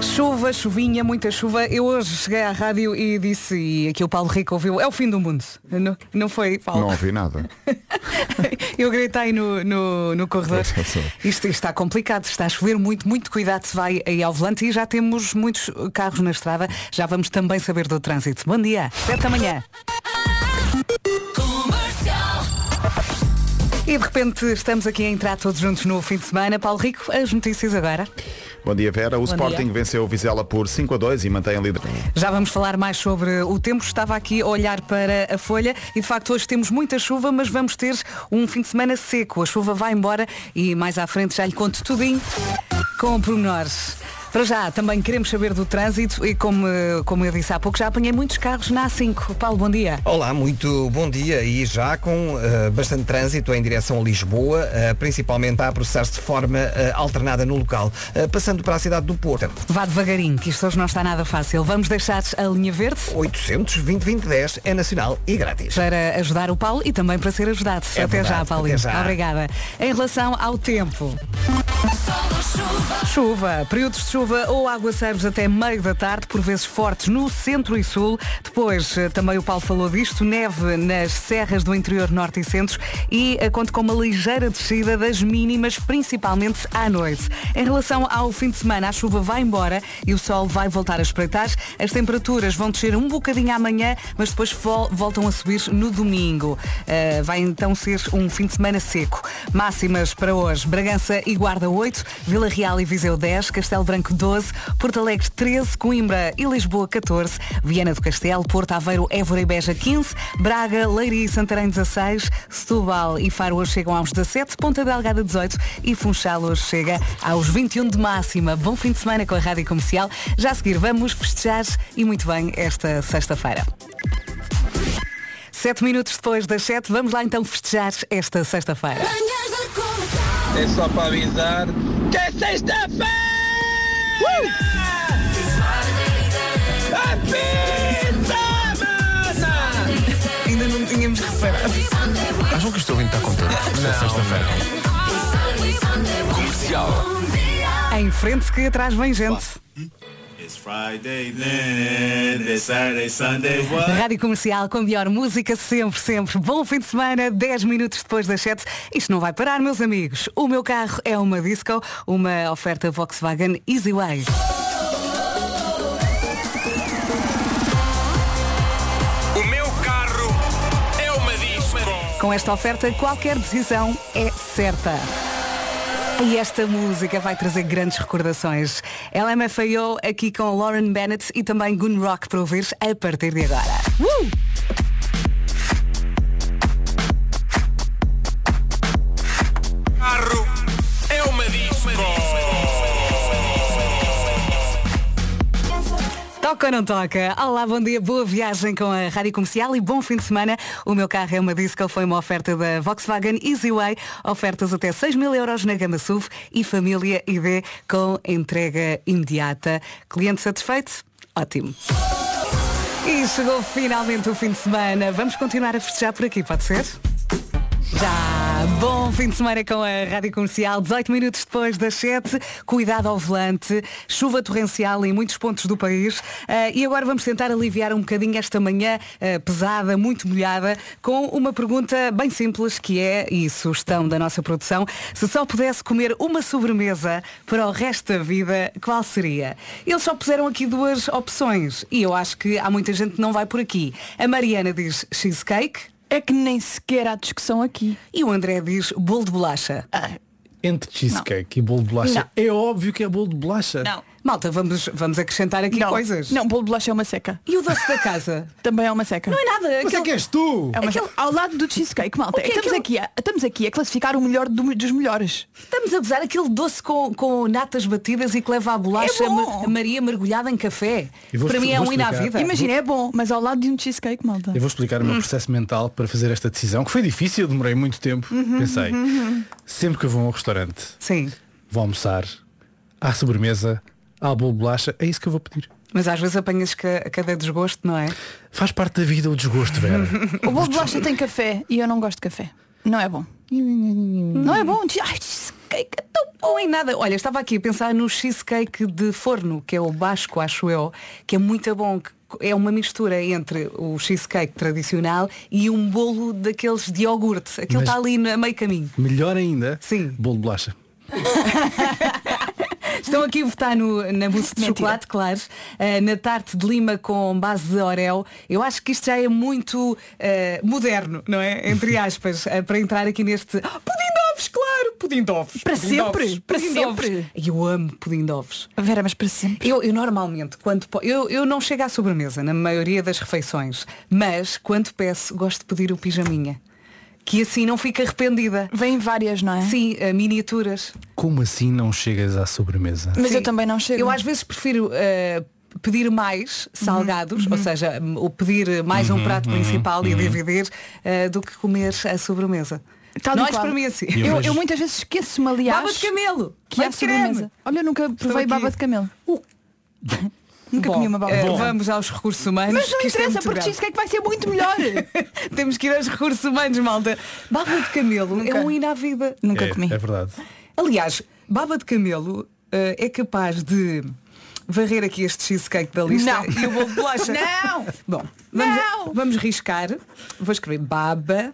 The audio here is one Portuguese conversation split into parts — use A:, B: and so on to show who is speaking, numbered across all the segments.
A: Chuva, chuvinha, muita chuva. Eu hoje cheguei à rádio e disse, e aqui o Paulo Rico ouviu, é o fim do mundo. Não, não foi, Paulo?
B: Não ouvi nada.
A: Eu gritei no, no, no corredor. Isto, isto está complicado, está a chover muito, muito cuidado se vai aí ao volante e já temos muitos carros na estrada. Já vamos também saber do trânsito. Bom dia, 7 da manhã. E de repente estamos aqui a entrar todos juntos no fim de semana. Paulo Rico, as notícias agora.
B: Bom dia, Vera. O
A: dia.
B: Sporting venceu o Vizela por 5 a 2 e mantém a liderança.
A: Já vamos falar mais sobre o tempo. Estava aqui a olhar para a folha e de facto hoje temos muita chuva, mas vamos ter um fim de semana seco. A chuva vai embora e mais à frente já lhe conto tudinho com pormenores. Para já, também queremos saber do trânsito e como, eh, como eu disse há pouco, já apanhei muitos carros na A5. Paulo, bom dia.
C: Olá, muito bom dia e já com eh, bastante trânsito em direção a Lisboa, eh, principalmente a processar-se de forma eh, alternada no local, eh, passando para a cidade do Porto.
A: Vá devagarinho, que isto hoje não está nada fácil. Vamos deixar a linha verde
C: 820-2010 é nacional e grátis.
A: para ajudar o Paulo e também para ser ajudado.
C: É
A: até
C: verdade,
A: já, Paulinho.
C: até já.
A: Obrigada. Em relação ao tempo. Chuva, períodos de chuva ou aguaceiros até meio da tarde, por vezes fortes no centro e sul. Depois, eh, também o Paulo falou disto, neve nas serras do interior norte e centro e eh, conta com uma ligeira descida das mínimas, principalmente à noite. Em relação ao fim de semana, a chuva vai embora e o sol vai voltar a espreitar. As temperaturas vão descer um bocadinho amanhã, mas depois vol- voltam a subir no domingo. Eh, vai então ser um fim de semana seco. Máximas para hoje, Bragança e Guarda 8, Vila Real e Viseu 10, Castelo Branco 12, Porto Alegre 13, Coimbra e Lisboa 14, Viana do Castelo, Porto Aveiro, Évora e Beja 15, Braga, Leiria e Santarém 16, Setúbal e Faro hoje chegam aos 17, Ponta Delgada 18 e Funchal hoje chega aos 21 de máxima. Bom fim de semana com a Rádio Comercial. Já a seguir vamos festejar e muito bem esta sexta-feira. Sete minutos depois das sete, vamos lá então festejar esta sexta-feira.
D: É só para avisar que é sexta-feira! A pizza, mana!
A: Ainda não tínhamos reparado.
E: Acham que estou vindo estar contente? Não, sexta-feira. Comercial.
A: Em frente que atrás vem gente.
F: It's Friday, then it's Saturday, Sunday, what?
A: Rádio Comercial com a melhor música sempre, sempre. Bom fim de semana, 10 minutos depois das 7. Isto não vai parar, meus amigos. O meu carro é uma disco, uma oferta Volkswagen Easyway.
G: O meu carro é uma disco.
A: Com esta oferta, qualquer decisão é certa. E esta música vai trazer grandes recordações. LMFAO aqui com Lauren Bennett e também Gun Rock para ouvir a partir de agora. Uh!
G: Carro é uma disco.
A: Toca ou não toca? Olá, bom dia, boa viagem com a Rádio Comercial e bom fim de semana. O meu carro é uma Disco, foi uma oferta da Volkswagen Easyway, ofertas até 6 mil euros na gama SUV e família ID com entrega imediata. Cliente satisfeito? Ótimo. E chegou finalmente o fim de semana. Vamos continuar a festejar por aqui, pode ser? Já, bom fim de semana com a Rádio Comercial, 18 minutos depois das 7, cuidado ao volante, chuva torrencial em muitos pontos do país Ah, e agora vamos tentar aliviar um bocadinho esta manhã ah, pesada, muito molhada, com uma pergunta bem simples que é, e sugestão da nossa produção, se só pudesse comer uma sobremesa para o resto da vida, qual seria? Eles só puseram aqui duas opções e eu acho que há muita gente que não vai por aqui. A Mariana diz cheesecake.
H: É que nem sequer há discussão aqui.
A: E o André diz bolo de bolacha.
H: Ah,
E: Entre cheesecake e bolo de bolacha.
H: Não.
E: É óbvio que é bolo de bolacha.
A: Malta, vamos, vamos acrescentar aqui
H: não.
A: coisas.
H: Não, bolo de bolacha é uma seca.
A: E o doce da casa?
H: Também é uma seca.
A: Não é nada.
E: Mas é
A: aquele-
E: que és tu!
H: É uma
A: Aquele-
H: seca. Ao lado do cheesecake, malta.
A: O que é
H: estamos, aqui
A: aquele-
H: a, estamos aqui a classificar o melhor do- dos melhores.
A: Estamos a gozar aquele doce com, com natas batidas e que leva a bolacha
H: É bom.
A: Ma- a Maria mergulhada em café.
E: E vou-
A: Para mim é
E: vou
A: um hino à
E: explicar.
A: vida.
H: Imagina, é bom, mas ao lado de um cheesecake, malta.
E: Eu vou explicar o meu processo mental para fazer esta decisão, que foi difícil, demorei muito tempo. Pensei, sempre que eu vou a um restaurante,
A: Sim.
E: vou almoçar, há sobremesa, há bolo de bolacha, é isso que eu vou pedir.
A: Mas às vezes apanhas ca- cada desgosto, não é?
E: Faz parte da vida o desgosto, Vera.
H: O bolo de bolacha tem café e eu não gosto de café. Não é bom. Não é bom. Ai, cheesecake é tão
A: Ou em nada. Olha, estava aqui a pensar no cheesecake de forno, que é o basco, acho eu, que é muito bom. que É uma mistura entre o cheesecake tradicional e um bolo daqueles de iogurte. Aquilo
E: Mas-
A: está ali no- a meio caminho.
E: Melhor ainda,
A: Sim.
E: bolo de bolacha.
A: Estão aqui a votar no, na mousse de
H: Mentira.
A: chocolate, claro. eh, na tarte de lima com base de Oreo. Eu acho que isto já é muito eh, moderno, não é? Entre aspas, eh, para entrar aqui neste. Oh, pudim de ovos, claro! Pudim de ovos.
H: Para
A: pudim de ovos,
H: sempre, para
A: pudim de ovos.
H: sempre.
A: Eu amo pudim de ovos.
H: Vera, mas para sempre.
A: Eu, eu normalmente, quando po- eu, eu não chego à sobremesa na maioria das refeições, mas quando peço, gosto de pedir o pijaminha. Que assim não fica arrependida.
H: Vêm várias, não é?
A: Sim, eh, miniaturas.
E: Como assim não chegas à sobremesa?
H: Mas
A: Sim.
H: eu também não chego.
A: Eu às vezes prefiro eh, pedir mais salgados,
H: Uhum.
A: ou seja, m- ou pedir mais um prato principal e dividir, eh, do que comer a sobremesa.
H: Tal e
A: não é
H: qual.
A: experiência.
E: Eu
H: Eu,
E: vejo-
H: eu muitas vezes esqueço-me, aliás,
A: Baba de camelo!
H: que há
A: leite de creme.
H: sobremesa. Olha, eu nunca provei
A: aqui.
H: baba de camelo. Nunca
A: Bom,
H: comi uma baba de
A: eh,
H: camelo.
A: Vamos aos recursos humanos.
H: é Mas não
A: que isto é
H: interessa,
A: muito
H: porque
A: grave.
H: cheesecake vai ser muito melhor.
A: Temos que ir aos recursos humanos, malta. Baba de camelo
H: Nunca.
A: é um hino à vida.
H: Nunca
E: é,
H: comi.
E: é verdade.
A: Aliás, baba de camelo eh, é capaz de varrer aqui este cheesecake da lista
H: Não.
A: e o bolo de bolacha.
H: Não.
A: Bom, vamos,
H: Não.
A: vamos riscar. Vou escrever baba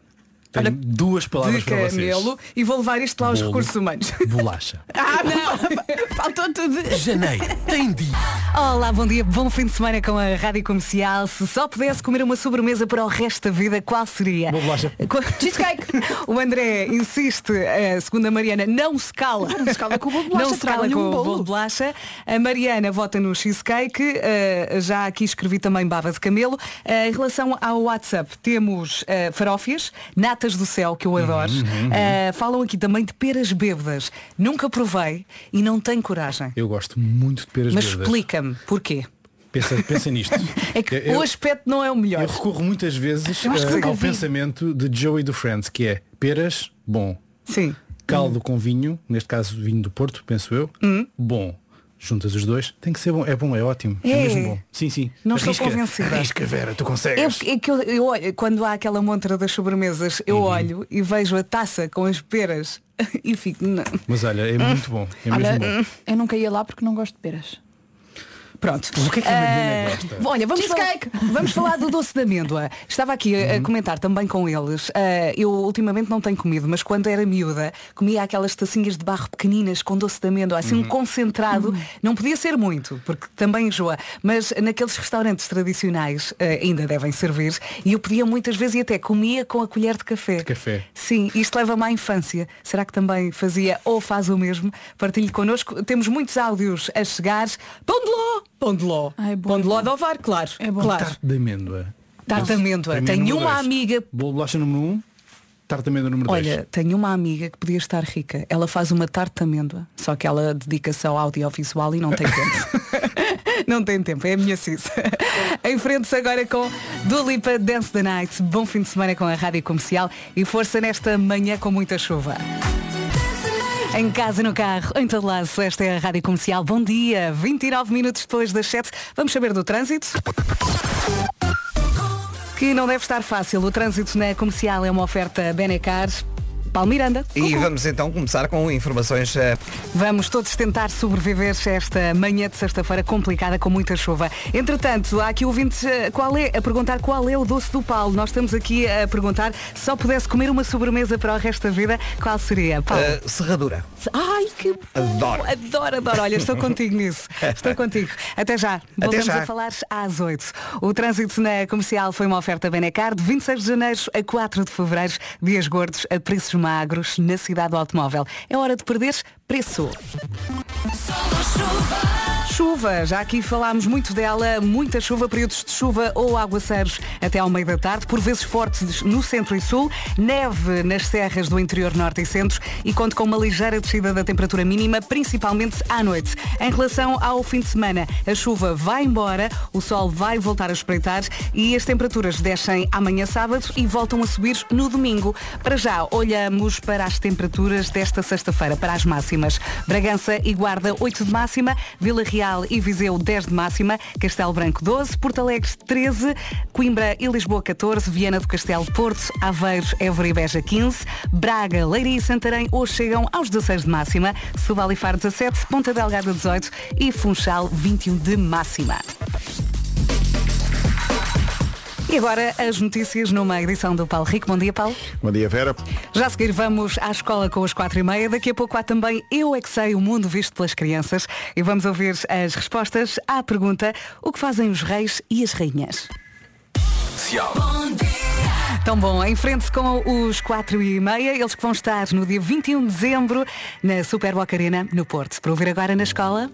E: Tenho duas
A: de
E: palavras para vocês.
A: camelo e vou levar isto lá aos
E: Bolo.
A: recursos humanos.
E: Bolacha.
H: Ah, não! Faltou tudo.
E: É
G: Janeiro tem dia.
A: Olá, bom dia, bom fim de semana com a Rádio Comercial. Se só pudesse comer uma sobremesa para o resto da vida, qual seria?
E: Uma bolacha.
A: Qu- Cheesecake. o André insiste, eh, segundo a Mariana, não se cala.
H: Não se cala com o bolo de bolacha,
A: Não se cala
H: traga-lhe
A: com
H: um
A: o
H: bolo.
A: bolo de bolacha. A Mariana vota no cheesecake. eh, já aqui escrevi também baba de camelo. Eh, em relação ao WhatsApp, temos eh, farófias, natas do céu, que eu
E: Uhum,
A: adoro. Eh, falam aqui também de peras bêbadas. Nunca provei e não tenho coragem.
E: Eu gosto muito de peras
A: Mas
E: verdes.
A: explica-me porquê.
E: Pensa, pensa nisto.
A: É que
E: Eu-
A: o
E: eu-
A: aspecto não é o melhor.
E: Eu recorro muitas vezes
H: Eu acho que
E: eh,
H: nunca
E: ao
H: vi.
E: pensamento de Joey do Friends, que é peras, bom.
A: Sim.
E: Caldo com vinho, neste caso vinho do Porto, penso eu, bom. Juntas os dois, tem que ser bom. É bom, é ótimo. É,
A: É.
E: mesmo bom. Sim, sim.
A: Não estou
E: arrisca,
A: convencida.
E: Arrisca, Vera, tu
A: Eu,
E: consegues.
A: é que eu, eu olho, quando há aquela montra das sobremesas,
E: Uhum.
A: eu olho e vejo a taça com as peras e fico. Não.
E: Mas olha, é muito bom. É
H: Olha,
E: mesmo bom.
H: eu nunca ia lá porque não gosto de peras.
A: Pronto.
E: Mas o que é que a
A: eh,
E: Mariana gosta?
A: Olha, vamos falar,
H: Cheesecake.
A: vamos falar do doce de amêndoa. Estava aqui a, a
E: Uhum.
A: comentar também com eles. Ah, eu ultimamente não tenho comido, mas quando era miúda, comia aquelas tacinhas de barro pequeninas com doce de amêndoa, assim
E: Uhum.
A: um concentrado. Não podia ser muito, porque também enjoa. Mas naqueles restaurantes tradicionais ah, ainda devem servir. E eu podia muitas vezes e até comia com a colher de café. De
E: café.
A: Sim, isto leva-me à infância. Será que também fazia ou faz o mesmo? Partilhe connosco. Temos muitos áudios a chegar. Pão de ló! Pão de ló!
H: Ah, é bom,
A: pão de ló
H: é bom.
A: de ovar, claro.
H: É bom.
A: Claro.
E: Tarte de amêndoa.
A: Tarte de amêndoa.
E: Para mim é
A: Tenho
E: número
A: uma
E: dois.
A: amiga-
E: Bolo de bolacha número 1, um, tarte de amêndoa número 2.
A: Olha, tenho uma amiga que podia estar rica. Ela faz uma tarte de amêndoa, só que ela dedica-se ao audiovisual e não tem tempo. não tem tempo, é a minha cisa. Enfrente-se agora com Dulipa Dance the Night. Bom fim de semana com a Rádio Comercial e força nesta manhã com muita chuva. Em casa, no carro, em todo lado, esta é a Rádio Comercial. Bom dia, 29 minutos depois das 7. Vamos saber do trânsito. Que não deve estar fácil. O trânsito na comercial é uma oferta Benecar. Palmiranda.
C: E vamos então começar com informações eh,
A: Vamos todos tentar sobreviver a esta manhã de sexta-feira complicada com muita chuva. Entretanto, há aqui ouvintes eh, qual é, a perguntar qual é o doce do Paulo. Nós estamos aqui a perguntar se só pudesse comer uma sobremesa para o resto da vida, qual seria? Paulo?
C: eh, serradura.
A: Ai, que bom!
C: Adoro.
A: Adoro, adoro. Olha, estou contigo nisso. Estou contigo. Até já. Voltamos
C: já.
A: a falar às 8. O trânsito na comercial foi uma oferta Benecar de 26 de janeiro a 4 de fevereiro. Dias gordos a preços magros na cidade do automóvel. É hora de perderes preço. Chuva, já aqui falámos muito dela, muita chuva, períodos de chuva ou aguaceiros até ao meio da tarde, por vezes fortes no centro e sul, neve nas serras do interior norte e centro e conto com uma ligeira descida da temperatura mínima, principalmente à noite. Em relação ao fim de semana, a chuva vai embora, o sol vai voltar a espreitar e as temperaturas descem amanhã sábado e voltam a subir no domingo. Para já, olhamos para as temperaturas desta sexta-feira, para as máximas. Bragança e Guarda, 8 de máxima, Vila Real Real e Viseu 10 de máxima, Castelo Branco 12, Porto Alegre 13, Coimbra e Lisboa 14, Viana do Castelo, Porto, Aveiro, Évora e Beja 15, Braga, Leiria e Santarém hoje chegam aos 16 de máxima, Setúbal e Faro 17, Ponta Delgada 18 e Funchal 21 de máxima. E agora as notícias numa edição do Paulo Rico. Bom dia, Paulo.
B: Bom dia, Vera.
A: Já a seguir vamos à escola com as quatro e meia. Daqui a pouco há também Eu É Que Sei, o mundo visto pelas crianças. E vamos ouvir as respostas à pergunta O que fazem os reis e as rainhas? Tão bom, em frente com os quatro e meia, eles que vão estar no dia 21 de dezembro na Super Boca Arena, no Porto. Para ouvir agora na escola...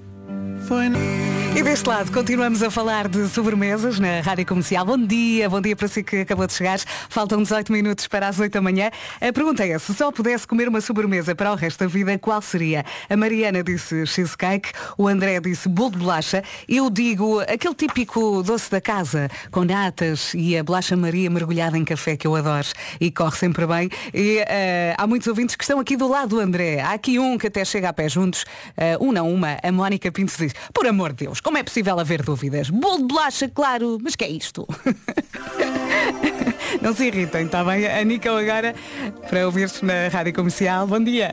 A: E deste lado, continuamos a falar de sobremesas na Rádio Comercial. Bom dia, bom dia para si que acabou de chegar. Faltam 18 minutos para as 8 da manhã. A pergunta é, se só pudesse comer uma sobremesa para o resto da vida, qual seria? A Mariana disse cheesecake, o André disse bolo de bolacha. Eu digo aquele típico doce da casa, com natas e a bolacha Maria mergulhada em café, que eu adoro e corre sempre bem. E eh, há muitos ouvintes que estão aqui do lado do André. Há aqui um que até chega a pé juntos. Eh, um não, uma. A Mónica Pinto diz, por amor de Deus, como é possível haver dúvidas? Bolo de bolacha, claro, mas que é isto? não se irritem, está bem? A Nicole agora para ouvir-se na Rádio Comercial. Bom dia.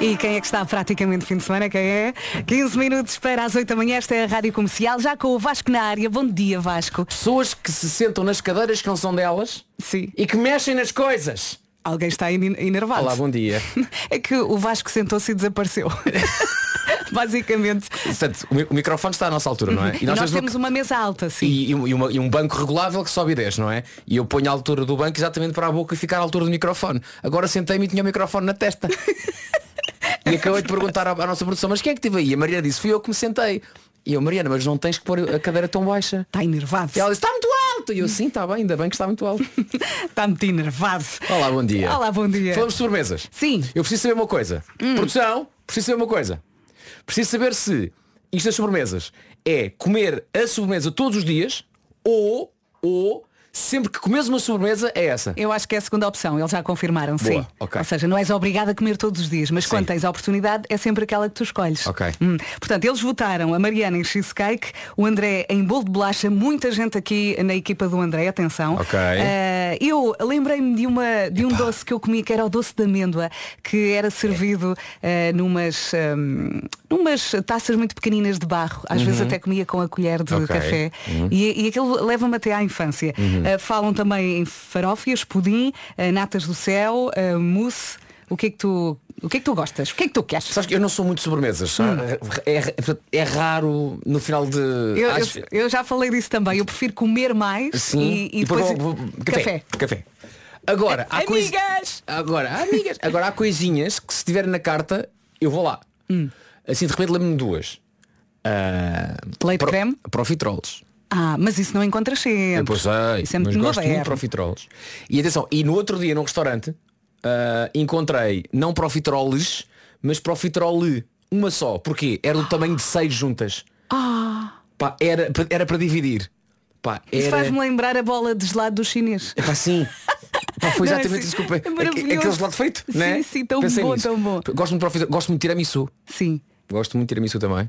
A: E quem é que está praticamente fim de semana? Quem é? 15 minutos para as 8 da manhã, esta é a Rádio Comercial, já com o Vasco na área. Bom dia, Vasco.
I: Pessoas que se sentam nas cadeiras que não são delas
A: Sim.
I: e que mexem nas coisas.
A: Alguém está en- enervado.
I: Olá, bom dia.
A: É que o Vasco sentou-se e desapareceu. Basicamente.
I: Portanto, o, mi- o microfone está à nossa altura, não é?
A: E nós,
I: uma-
A: temos uma mesa alta, sim.
I: e, e um- e uma- e um banco regulável que sobe e desce, não é? E eu ponho a altura do banco exatamente para a boca e ficar à altura do microfone. Agora sentei-me e tinha o microfone na testa. e acabei de perguntar à, à nossa produção, mas quem é que teve aí? A Mariana disse, fui eu que me sentei. E eu, Mariana, mas não tens que pôr a cadeira é tão baixa.
A: Está enervado.
I: E ela disse, está muito alto. E eu, sim, está bem, ainda bem que está muito alto.
A: Está muito enervado.
I: Olá, bom dia.
A: Olá, bom dia.
I: Falamos de sobremesas.
A: Sim.
I: Eu preciso saber uma coisa.
A: Hum.
I: Produção, preciso saber uma coisa. Preciso saber se isto das sobremesas é comer a sobremesa todos os dias ou, ou sempre que comes uma sobremesa é essa.
A: Eu acho que é a segunda opção, eles já confirmaram,
I: Boa,
A: sim.
I: ok.
A: Ou seja, não és obrigada a comer todos os dias, mas
I: Sim.
A: quando tens a oportunidade é sempre aquela que tu escolhes.
I: Ok.
A: Hum. Portanto, eles votaram a Mariana em cheesecake, o André em bolo de bolacha, muita gente aqui na equipa do André, atenção.
I: Ok.
A: Eh, eu lembrei-me de, uma, de um doce que eu comi, que era o doce de amêndoa, que era servido eh, numas, hum, numas taças muito pequeninas de barro. Às vezes até comia com a colher de
I: Uhum. Ok. Uhum.
A: café. E, e aquilo leva-me até à infância. Uh, falam também em farófias, pudim, uh, natas do céu, uh, mousse. O que, é que tu, o que é que tu gostas? O que é que tu queres?
I: Sabes que eu não sou muito de sobremesas. sabe? É, é- é raro no final de.
A: Hum. Eu,
I: às-
A: eu- eu já falei disso também. Eu prefiro comer mais
I: Sim.
A: e, e depois.
I: vou- vou-
A: café.
I: Café. Agora, há coisa-
A: Amigas!
I: Agora, há amigas. Agora há coisinhas que se tiverem na carta, eu vou lá.
A: Hum.
I: Assim de repente lembro-me de duas. Ah,
A: Leite creme?
I: Profiteroles.
A: Ah, mas isso não encontras sempre.
I: Eu pois sei,
A: Isso é
I: mas
A: muito
I: gosto muito de
A: moderno.
I: profiteroles. E atenção, e no outro dia num restaurante ah, encontrei não profiteroles, mas profiterole. Uma só. Porquê? Era do tamanho de seis juntas. Pá, era, era para dividir. Pá,
A: Ah, Isso
I: era-
A: faz-me lembrar a bola de gelado dos chinês.
I: é pá, sim. Pá, foi
A: Não,
I: exatamente
A: assim,
I: isso que eu pe-
A: é maravilhoso.
I: aque- Aqueles lado feito,
A: Sim,
I: né?
A: sim, tão
I: Pensei
A: bom,
I: nisso.
A: tão bom.
I: Gosto muito, de profita- gosto muito de tiramisu.
A: Sim.
I: Gosto muito de tiramisu também.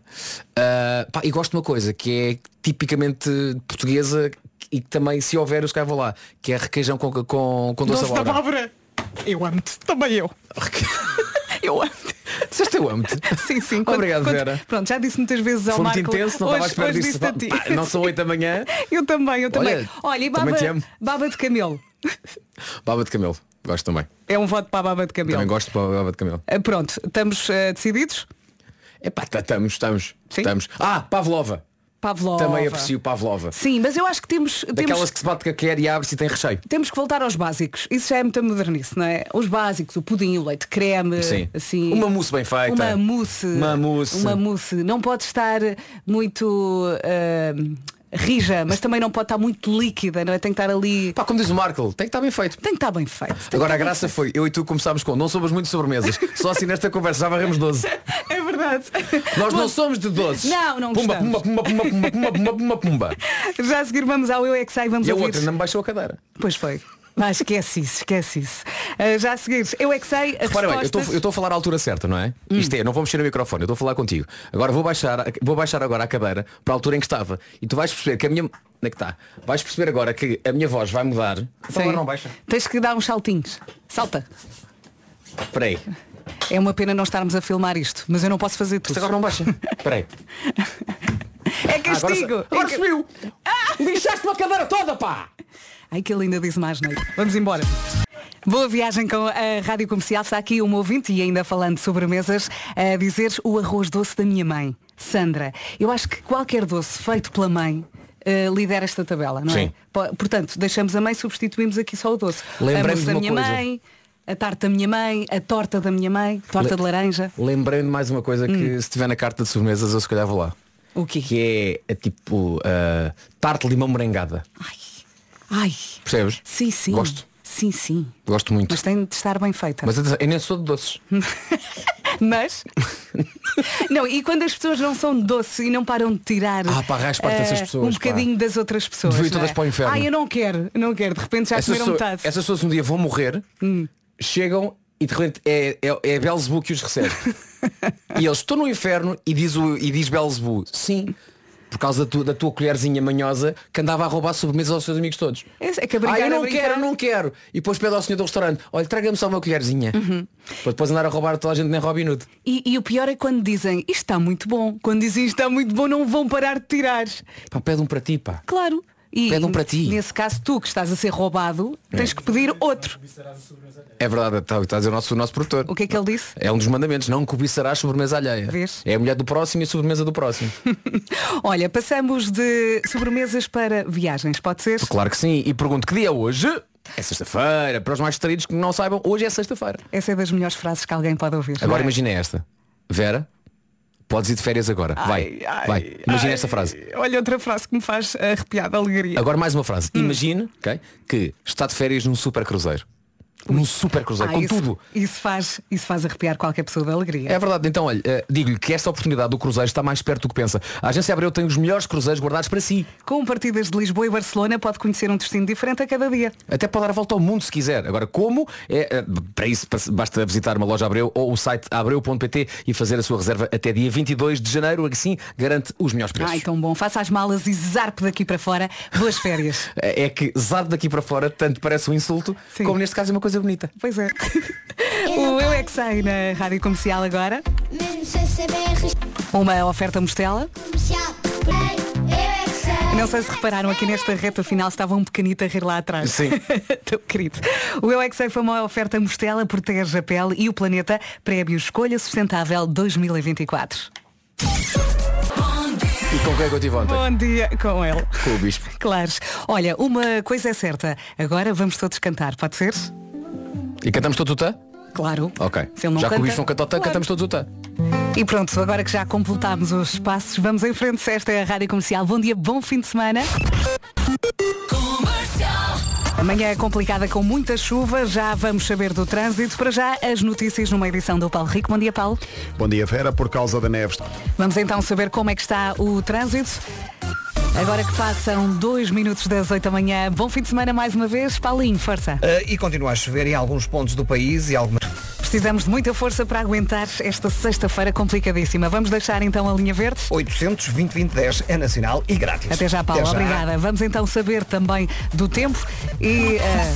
I: Ah, pá, e gosto de uma coisa que é tipicamente portuguesa e que também, se houver, eu se calhar vou lá, que é requeijão com, com, com doce,
H: Doce
I: doce
H: da
I: abóbora.
H: abóbora. Eu amo-te, também eu. Eu amo-te.
I: Disseste eu amo-te.
A: Sim, sim.
I: Obrigado, Vera.
A: Pronto, já disse muitas vezes ao
I: Foi muito
A: Marco.
I: intenso, não estava
A: hoje,
I: à espera
A: hoje
I: disso.
A: disse a ti.
I: Pá, não são oito da manhã,
A: Eu também, eu também. Olha,
I: Olha,
A: e baba,
I: também te amo.
A: baba de camelo.
I: baba de camelo. Gosto também.
A: É um voto para a baba de camelo.
I: Também gosto de baba de camelo.
A: Ah, Pronto, estamos ah, decididos?
I: É pá, estamos, estamos.
A: Sim.
I: Estamos. Ah, Pavlova.
A: Pavlova.
I: Também é aprecio Pavlova.
A: Sim, mas eu acho que temos,
I: Daquelas
A: temos,
I: que se bate com a quer e abre-se e tem recheio.
A: temos que voltar aos básicos. Isso já é muito modernice, não é? Os básicos, o pudim, o leite creme,
I: Sim.
A: assim.
I: Uma mousse bem feita.
A: Uma mousse.
I: Uma mousse.
A: Uma mousse. Não pode estar muito ah, rija, mas também não pode estar muito líquida, não é? Tem que estar ali.
I: Pá, como diz o Marco, tem que estar bem feito.
A: Tem que estar bem feito. Tem que
I: Agora a
A: estar bem
I: graça foi, eu e tu começámos com, não somos muito de sobremesas. Só assim nesta conversa já varremos 12.
A: feito. É verdade.
I: Nós
A: Bom,
I: não somos de doces.
A: Não, não
I: pumba,
A: gostamos.
I: pumba, pumba, pumba, pumba, pumba, pumba, pumba, pumba.
A: Já a seguir vamos ao Eu é que sei, vamos
I: E a
A: ouvir.
I: outra ainda me baixou a cadeira.
A: Pois foi. Mas esquece isso, esquece isso. Ah, já a seguir, eu é que sei. A
I: Repara bem, eu
A: respostas... Hum.
I: estou- eu estou a falar à altura certa, não é? Isto é, não vou mexer no microfone, eu estou a falar contigo. Agora vou baixar, vou baixar agora a cadeira para a altura em que estava. E tu vais perceber que a minha. Onde é que está? Vais perceber agora que a minha voz vai mudar. Então
A: Sim.
I: agora não baixa.
A: Tens que dar uns saltinhos. Salta.
I: Espera aí.
A: É uma pena não estarmos a filmar isto, mas eu não posso fazer
I: Isto
A: tudo.
I: agora não baixa. Espera aí.
A: É
I: Ah, agora
A: castigo.
I: agora
A: é ca-
I: subiu! Lixaste-me a cadeira toda, pá!
A: Ai, que ele ainda disse mais, não Vamos embora. Boa viagem com a Rádio Comercial. Está aqui um ouvinte e ainda falando de sobremesas, a dizer o arroz doce da minha mãe, Sandra. Eu acho que qualquer doce feito pela mãe eh, lidera esta tabela, não é?
I: Sim.
A: Po- Portanto, deixamos a mãe, substituímos aqui só o doce.
I: Lembrei-me
A: A mousse
I: de
A: da
I: uma
A: minha
I: coisa.
A: mãe, a tarta da minha mãe, a torta da minha mãe, torta
I: Le-
A: de laranja.
I: Lembrei-me de mais uma coisa que
A: Hum.
I: se tiver na carta de sobremesas eu se calhar vou lá.
A: O quê?
I: Que é a tipo ah, tarte de limão merengada.
A: Ai,
I: Percebes?
A: sim, sim.
I: Gosto.
A: Sim, sim.
I: Gosto muito.
A: Mas
I: Mas, é-
A: tem de estar bem feita.
I: atenção, eu nem sou de doces.
A: Mas não, e quando as pessoas não são doce e não param de tirar
I: Ah, pá, raspa-te
A: eh,
I: essas pessoas,
A: um
I: pá.
A: bocadinho das outras pessoas.
I: Devia ir
A: não
I: todas
A: é?
I: para o inferno.
A: Ah, eu não quero, não quero, de repente já
I: Essas,
A: comeram
I: pessoas-
A: metade.
I: essas pessoas um dia vão morrer,
A: Hum.
I: chegam e de repente é, é, é Belzebu que os recebe. e eles estão no inferno e diz, o, e diz Belzebu, sim, por causa da tua, da tua colherzinha manhosa que andava a roubar sobremesas aos seus amigos todos.
A: É que
I: Ah,
A: a brincar,
I: eu
A: a
I: não
A: brincar.
I: quero, não quero. E depois pede ao senhor do restaurante, olha, traga-me só uma colherzinha.
A: Uhum.
I: Para depois andar a roubar toda a gente nem Robin Hood.
A: E, e o pior é quando dizem isto está muito bom. Quando dizem isto está muito bom, não vão parar de tirar.
I: Pá, pede um para ti, pá.
A: Claro. E
I: Pedem para ti.
A: Nesse caso, tu que estás a ser roubado, tens que pedir outro.
I: É verdade, está, está a dizer o nosso, o nosso produtor.
A: O que é que ele disse?
I: É um dos mandamentos, não cobiçarás sobremesa alheia.
A: Vês?
I: É a mulher do próximo e a sobremesa do próximo.
A: Olha, passamos de sobremesas para viagens, pode ser?
I: claro que sim. E pergunto que dia é hoje? É sexta-feira. Para os mais distraídos que não saibam, hoje é sexta-feira.
A: Essa é das melhores frases que alguém pode ouvir.
I: Agora
A: não é?
I: imagina esta. Vera, podes ir de férias agora. Vai. vai. Imagina esta frase.
H: Olha outra frase que me faz arrepiar de alegria.
I: Agora mais uma frase.
A: Hum.
I: Imagine ok, que está de férias num super cruzeiro. Num super cruzeiro,
A: Ah,
I: com
A: isso,
I: tudo.
A: Isso faz, isso faz arrepiar qualquer pessoa de alegria.
I: É verdade, então olha, eh, digo-lhe que esta oportunidade do cruzeiro está mais perto do que pensa. A agência Abreu tem os melhores cruzeiros guardados para si.
A: Com partidas de Lisboa e Barcelona pode conhecer um destino diferente a cada dia.
I: Até pode dar a volta ao mundo se quiser. Agora, como? É, eh, para isso pas- basta visitar uma loja Abreu ou o site abreu.pt e fazer a sua reserva até dia 22 de janeiro. Assim garante os melhores preços.
A: Ai, tão bom. Faça as malas e zarpe daqui para fora. Boas férias.
I: É é que zardo daqui para fora tanto parece um insulto,
A: Sim.
I: como neste caso é uma coisa bonita.
A: pois é. o Eu é que sei na Rádio Comercial agora.
J: Mesmo sem saber
A: Uma oferta mostela.
J: comercial, eu é que sei.
A: Não sei se repararam, aqui nesta reta final estava um pequenito a rir lá atrás.
I: Sim.
A: Tão querido. O Eu é que sei foi uma oferta mostela, protege a pele e o planeta. Prémio Escolha Sustentável 2024.
I: E com quem é que eu tive ontem?
A: Bom dia com ele.
I: Com o bispo.
A: Claro. Olha, uma coisa é certa. Agora vamos todos cantar, pode ser?
I: E cantamos todos o tã?
A: Claro.
I: Ok.
A: Se ele não
I: Já que
A: canta,
I: o bispo não canta o tã,
A: claro.
I: cantamos todos o tã.
A: E pronto, agora que já completámos os passos, vamos em frente. Esta é a Rádio Comercial. Bom dia, bom fim de semana. Amanhã é complicada com muita chuva, já vamos saber do trânsito. Para já, as notícias numa edição do Paulo Rico. Bom dia, Paulo.
B: Bom dia, Vera. Por causa da neve,
A: Vamos então saber como é que está o trânsito. Agora que passam dois minutos das 8 da manhã, bom fim de semana mais uma vez. Paulinho, força.
C: Eh, e continua a chover em alguns pontos do país e algumas.
A: Precisamos de muita força para aguentar esta sexta-feira complicadíssima. Vamos deixar então a linha verde.
C: 800 2010 é nacional e grátis.
A: Até já, Paulo.
C: Até
A: Obrigada. Vamos então saber também do tempo e eh,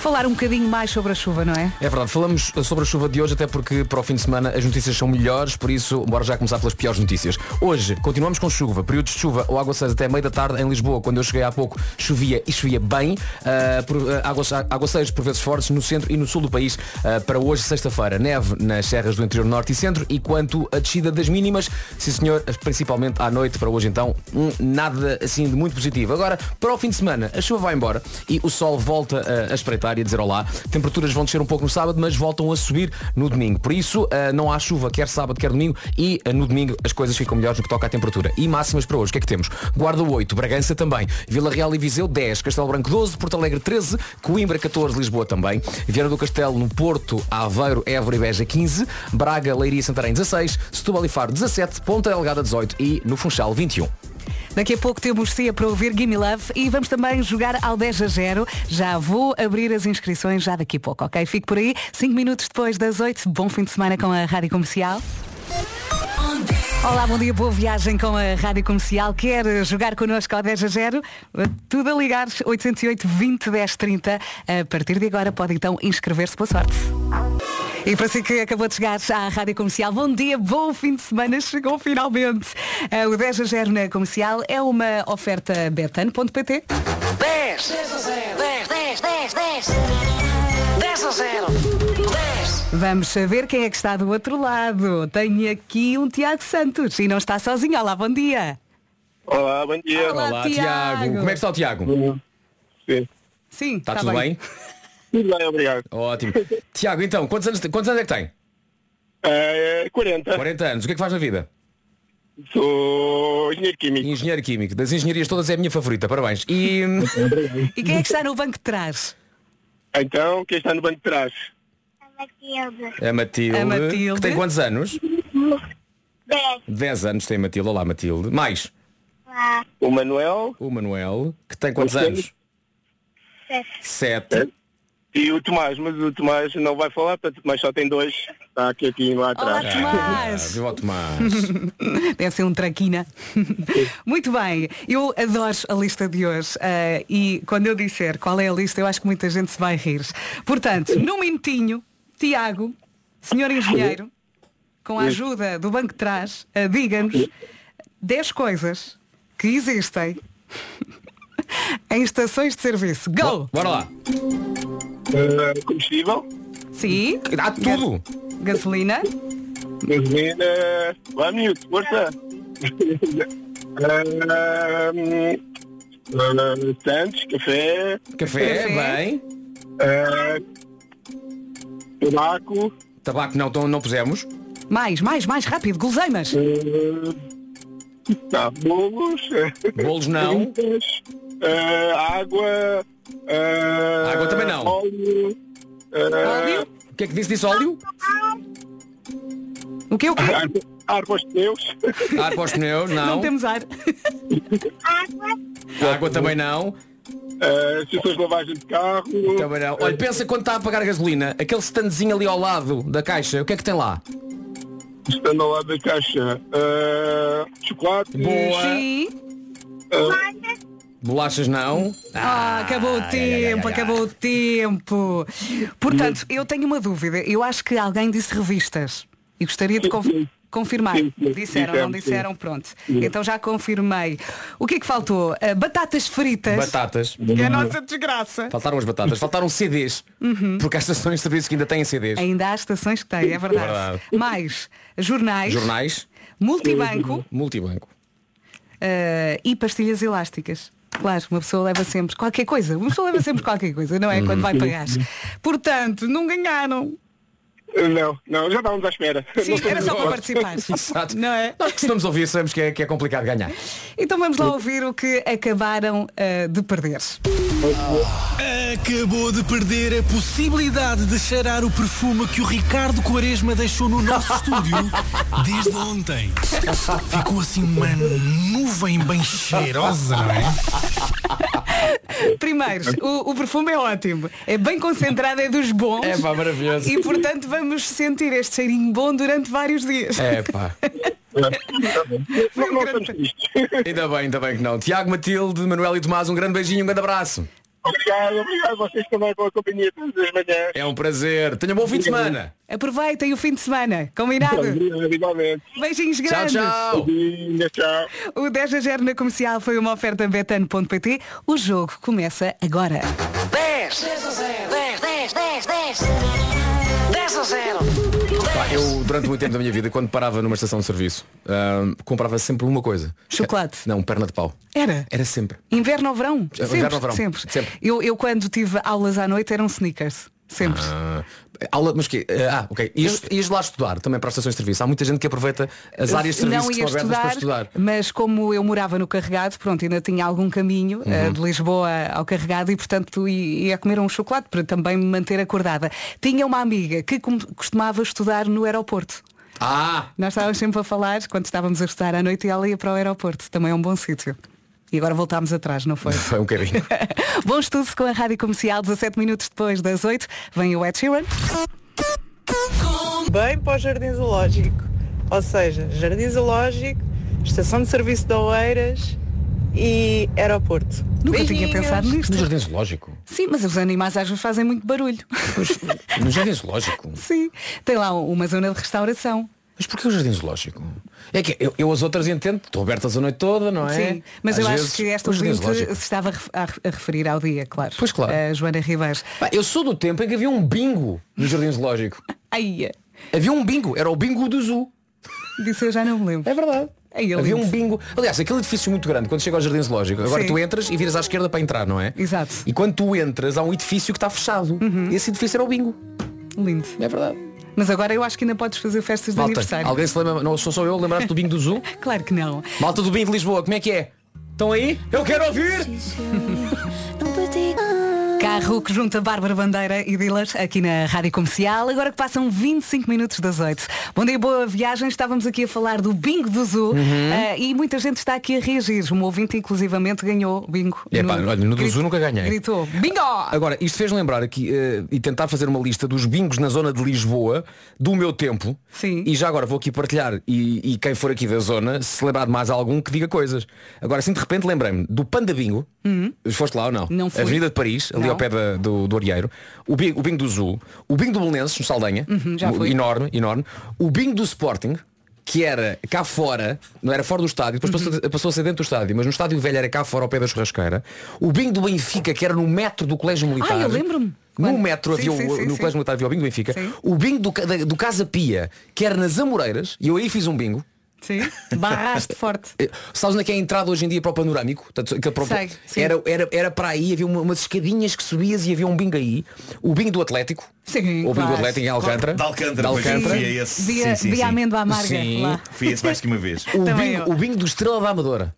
A: falar um bocadinho mais sobre a chuva, não é?
I: É verdade, falamos sobre a chuva de hoje até porque para o fim de semana as notícias são melhores, por isso bora já começar pelas piores notícias. Hoje continuamos com chuva, períodos de chuva ou aguaceiros até meia da tarde em Lisboa, quando eu cheguei há pouco chovia e chovia bem, ah, por, ah, aguace- aguaceiros por vezes fortes no centro e no sul do país ah, para hoje sexta-feira. Neve nas serras do interior norte e centro e quanto a descida das mínimas, sim senhor, principalmente à noite para hoje então, hum, nada assim de muito positivo. Agora, para o fim de semana, a chuva vai embora e o sol volta ah, a espreitar e a dizer olá. Temperaturas vão descer um pouco no sábado, mas voltam a subir no domingo. Por isso, ah, não há chuva quer sábado, quer domingo e ah, no domingo as coisas ficam melhores no que toca à temperatura. E máximas para hoje, o que é que temos? Guarda 8, Bragança também, Vila Real e Viseu 10, Castelo Branco 12, Porto Alegre 13, Coimbra 14, Lisboa também, Vieira do Castelo no Porto, Aveiro, Évora e Beja 15, Braga, Leiria e um. Santarém 16, Setúbal e Faro 17, Ponta Delgada 18 e no Funchal 21.
A: Daqui a pouco temos Cia para ouvir Gimme Love e vamos também jogar ao 10 a 0. Já vou abrir as inscrições já daqui a pouco, ok? Fico por aí, 5 minutos depois das 8. Bom fim de semana com a Rádio Comercial. Olá, bom dia, boa viagem com a Rádio Comercial. Quer jogar connosco ao 10 a 0? Tudo a ligar, 808 20 10 30. A partir de agora pode então inscrever-se. Boa sorte. E para si que acabou de chegar à Rádio Comercial, bom dia, bom fim de semana, chegou finalmente. Eh, O 10 a 0 na Comercial é uma oferta betano.pt.
K: 10 10 10 10 10 10 a 0 10
A: Vamos saber quem é que está do outro lado. Tenho aqui um Tiago Santos e não está sozinho. Olá, bom dia.
L: Olá, bom dia.
A: Olá, Olá, Tiago. Tiago.
I: Como é que está o Tiago?
L: Sim.
A: Sim,
I: Está
A: tá
I: tudo bem?
L: Tudo bem, obrigado.
I: Ótimo. Tiago, então, quantos anos, quantos anos é que tem?
L: É, 40.
I: 40 anos. O que é que faz na vida?
L: Sou engenheiro químico.
I: Engenheiro químico. Das engenharias todas é a minha favorita. Parabéns. E,
A: E quem é que está no banco de trás?
L: Então, quem está no banco de trás?
I: a, Matilde,
A: A Matilde.
I: que tem quantos anos? 10 anos tem a Matilde. Olá, Matilde. Mais?
L: O Manuel.
I: O Manuel, que tem quantos
L: O Pedro.
I: anos? 7.
L: E o Tomás, mas o Tomás não vai falar, portanto, mas só tem dois. Está aqui, aqui lá atrás.
A: Olá, Tomás.
I: Viva o Tomás.
A: Então. Deve ser um traquina. Muito bem, eu adoro a lista de hoje eh, e quando eu disser qual é a lista, eu acho que muita gente se vai rir. Portanto, num minutinho, Tiago, senhor engenheiro, com a ajuda do banco de trás, eh, diga-nos 10 coisas que existem em estações de serviço. Go!
I: Bora lá.
L: Eh, combustível,
A: Sim.
I: Há tudo.
A: Gasolina.
L: gasolina. Vá, miúdo, força. Eh, hum, eh, Santos, café.
I: Café, bem.
L: eh, Tabaco.
I: Tabaco não, não, não pusemos.
A: Mais, mais, mais rápido, guloseimas.
L: Eh, tá, bolos.
I: Bolos não.
L: Frutas, eh, água. eh,
I: Água também não.
L: Óleo. eh,
A: Óleo?
I: O que é que disse? Disse óleo?
A: O que é o quê?
L: ar, ar para os pneus.
I: Ar Ah, para os pneus,
A: Ah. Não
I: não.
A: temos ar.
I: Água também não.
L: eh, Sessões de lavagem de carro. eh,
I: Também não. Olha, pensa quando está a pagar a gasolina, aquele standzinho ali ao lado da caixa, o que é que tem lá?
L: Estando ao lado da caixa. eh, chocolate.
I: Boa.
A: Sim.
I: Bolachas não.
A: Ah, acabou o
I: ai,
A: tempo,
I: ai, ai, ai.
A: acabou o tempo. Portanto, eu tenho uma dúvida. Eu acho que alguém disse revistas e gostaria de conf-
L: Sim.
A: confirmar.
L: Sim,
A: Disseram,
L: sim,
A: não
L: dissemos, sim.
A: disseram, pronto. Então já confirmei. O que é que faltou? Ah, batatas fritas.
I: Batatas.
H: Que é a nossa desgraça.
I: Faltaram as batatas. Faltaram CDs. Porque há estações de serviço que ainda têm CDs.
A: Ainda há estações que têm, é verdade.
I: verdade.
A: Mais jornais,
I: Jornais,
A: multibanco
I: multibanco.
A: ah, e pastilhas elásticas. Claro, uma pessoa leva sempre qualquer coisa. Uma pessoa leva sempre qualquer coisa, não é? Quando
I: Uhum.
A: vai pagar. Portanto, não ganharam.
L: Não, Oh, não, já estávamos à espera.
A: Sim, era só para participar.
I: Exato.
A: Não é?
I: Nós costumamos ouvir, sabemos que é, que é complicado ganhar.
A: Então vamos lá ouvir o que acabaram ah, de perder.
G: Acabou de perder a possibilidade de cheirar o perfume que o Ricardo Quaresma deixou no nosso estúdio desde ontem. Ficou assim uma nuvem bem cheirosa, não é?
A: Primeiro, o, o perfume é ótimo. É bem concentrado, é dos bons.
I: É pá, maravilhoso.
A: E portanto vamos sentir este cheirinho bom durante vários dias.
I: É pá.
L: Não, não estamos tristes.
I: Ainda bem, ainda bem que não. Tiago, Matilde, Manuel e Tomás, um grande beijinho, um grande abraço.
L: Obrigado, obrigado a vocês também pela companhia todas as manhãs.
I: É um prazer. Tenha um bom fim de semana.
A: Aproveitem o fim de semana. Combinado?
L: Obrigado, igualmente.
A: Beijinhos
I: Tchau,
A: grandes.
I: tchau.
L: Beijinho, Tchau.
A: O 10 a 0 na comercial foi uma oferta betano.pt. O jogo começa agora.
K: 10 10 10 10 10 10 a 0
I: Pá, eu, durante muito tempo da minha vida, quando parava numa estação de serviço, ahm, comprava sempre uma coisa.
A: Chocolate.
I: Não, um perna de pau.
A: Era?
I: Era sempre.
A: Inverno ou verão?
I: Inverno
A: sempre,
I: ou verão?
A: Sempre.
I: Sempre.
A: Eu, eu quando tive aulas à noite eram sneakers. Sempre.
I: Ah, aula, mas que Ah, ok. Ias, ias lá estudar também para as estações de serviço. Há muita gente que aproveita as áreas de serviço
A: não
I: que
A: ia
I: estão abertas
A: estudar,
I: para estudar.
A: mas como eu morava no carregado, pronto, ainda tinha algum caminho
I: Uhum.
A: eh, de Lisboa ao carregado e portanto i- ia comer um chocolate para também me manter acordada. Tinha uma amiga que com- costumava estudar no aeroporto.
I: Ah!
A: Nós estávamos sempre a falar quando estávamos a estudar à noite e ela ia para o aeroporto. Também é um bom sítio. E agora voltámos atrás, não foi?
I: Foi um bocadinho.
A: bom estudo com a Rádio Comercial, 17 minutos depois das 8, vem o Ed Sheeran.
M: Bem para o Jardim Zoológico. Ou seja, Jardim Zoológico, Estação de Serviço de Oeiras e Aeroporto.
A: Nunca tinha pensado nisto.
I: No jardim zoológico.
A: Sim, mas os animais às vezes fazem muito barulho.
I: No jardim zoológico.
A: Sim. Tem lá uma zona de restauração.
I: Mas porquê o jardim zoológico? É que eu, eu as outras entendo, estão abertas a noite toda, não é?
A: Sim, mas
I: Às
A: eu
I: vezes,
A: acho que esta
I: o jardim
A: ouvinte se
I: zoológico.
A: estava a ref- a re- a referir ao dia, claro.
I: Pois claro.
A: A Joana Ribeiros.
I: Pá, Eu sou do tempo em que havia um bingo no jardim zoológico.
A: Aí,
I: Havia um bingo, era o bingo do zoo.
A: disse eu já não me lembro.
I: É verdade.
A: Aí,
I: havia um bingo. Aliás, aquele edifício é muito grande, quando chega ao jardim zoológico, agora
A: Sim.
I: tu entras e viras à esquerda para entrar, não é?
A: Exato. Uhum.
I: E quando tu entras, há um edifício que está fechado. Esse edifício era o bingo.
A: Lindo.
I: É verdade.
A: Mas agora eu acho que ainda podes fazer festas de
I: Malta,
A: aniversário.
I: alguém se lembra, não sou só eu, lembrar-te do bingo do zoo?
A: Claro que não.
I: Malta do bingo de Lisboa, como é que é? Estão aí? Eu quero ouvir!
A: Carro que junta Bárbara Bandeira e Dilas aqui na Rádio Comercial, agora que passam 25 minutos das 8. Bom dia, boa viagem. Estávamos aqui a falar do bingo do Zoo
I: Uhum.
A: eh, e muita gente está aqui a reagir. Um ouvinte, inclusivamente, ganhou o bingo.
I: É pá, olha, no do
A: Grit-
I: zoo nunca ganhei.
A: Gritou, bingo!
I: Agora, isto fez lembrar aqui eh, e tentar fazer uma lista dos bingos na zona de Lisboa do meu tempo.
A: Sim.
I: E já agora vou aqui partilhar e, e quem for aqui da zona, se lembrar de mais algum, que diga coisas. Agora, assim, de repente lembrei-me do Panda Bingo.
A: Uhum.
I: Foste lá ou não?
A: Não fui.
I: Avenida de Paris, ali
A: Não.
I: ao pé da- do, do Arieiro. O bingo, o bingo do Zoo. O bingo do Belenenses, no Saldanha.
A: Uhum, já
I: O-
A: fui.
I: Enorme, enorme. O bingo do Sporting que era cá fora, não era fora do estádio, depois
A: Uhum.
I: passou, passou a ser dentro do estádio, mas no estádio velho era cá fora ao pé da churrasqueira. O bingo do Benfica, que era no metro do Colégio Militar.
A: Ah, eu lembro-me.
I: No
A: Quando-
I: metro
A: Sim,
I: havia o-
A: sim, sim,
I: no
A: sim.
I: Colégio Militar havia o bingo do Benfica.
A: Sim.
I: O bingo do, ca- da- do Casa Pia, que era nas Amoreiras, e eu aí fiz um bingo.
A: Sim. Barraste forte.
I: Eh, Sabes onde é que é a entrada hoje em dia para o panorâmico? Portanto, aquele próprio-
A: Sei, sim.
I: era, era, era para aí, havia uma- umas escadinhas que subias e havia um bingo aí. O bingo do Atlético.
A: Sim,
I: o bingo
A: claro.
I: do Atlético em Alcântara.
F: De Alcântara,
I: De
F: pois é,
I: Alcântara.
F: fui a esse.
A: Via, via amêndoa amarga
I: Sim.
A: lá.
F: Fui esse mais que uma vez.
I: O
A: Também
I: bingo,
A: eu.
I: o bingo do Estrela da Amadora.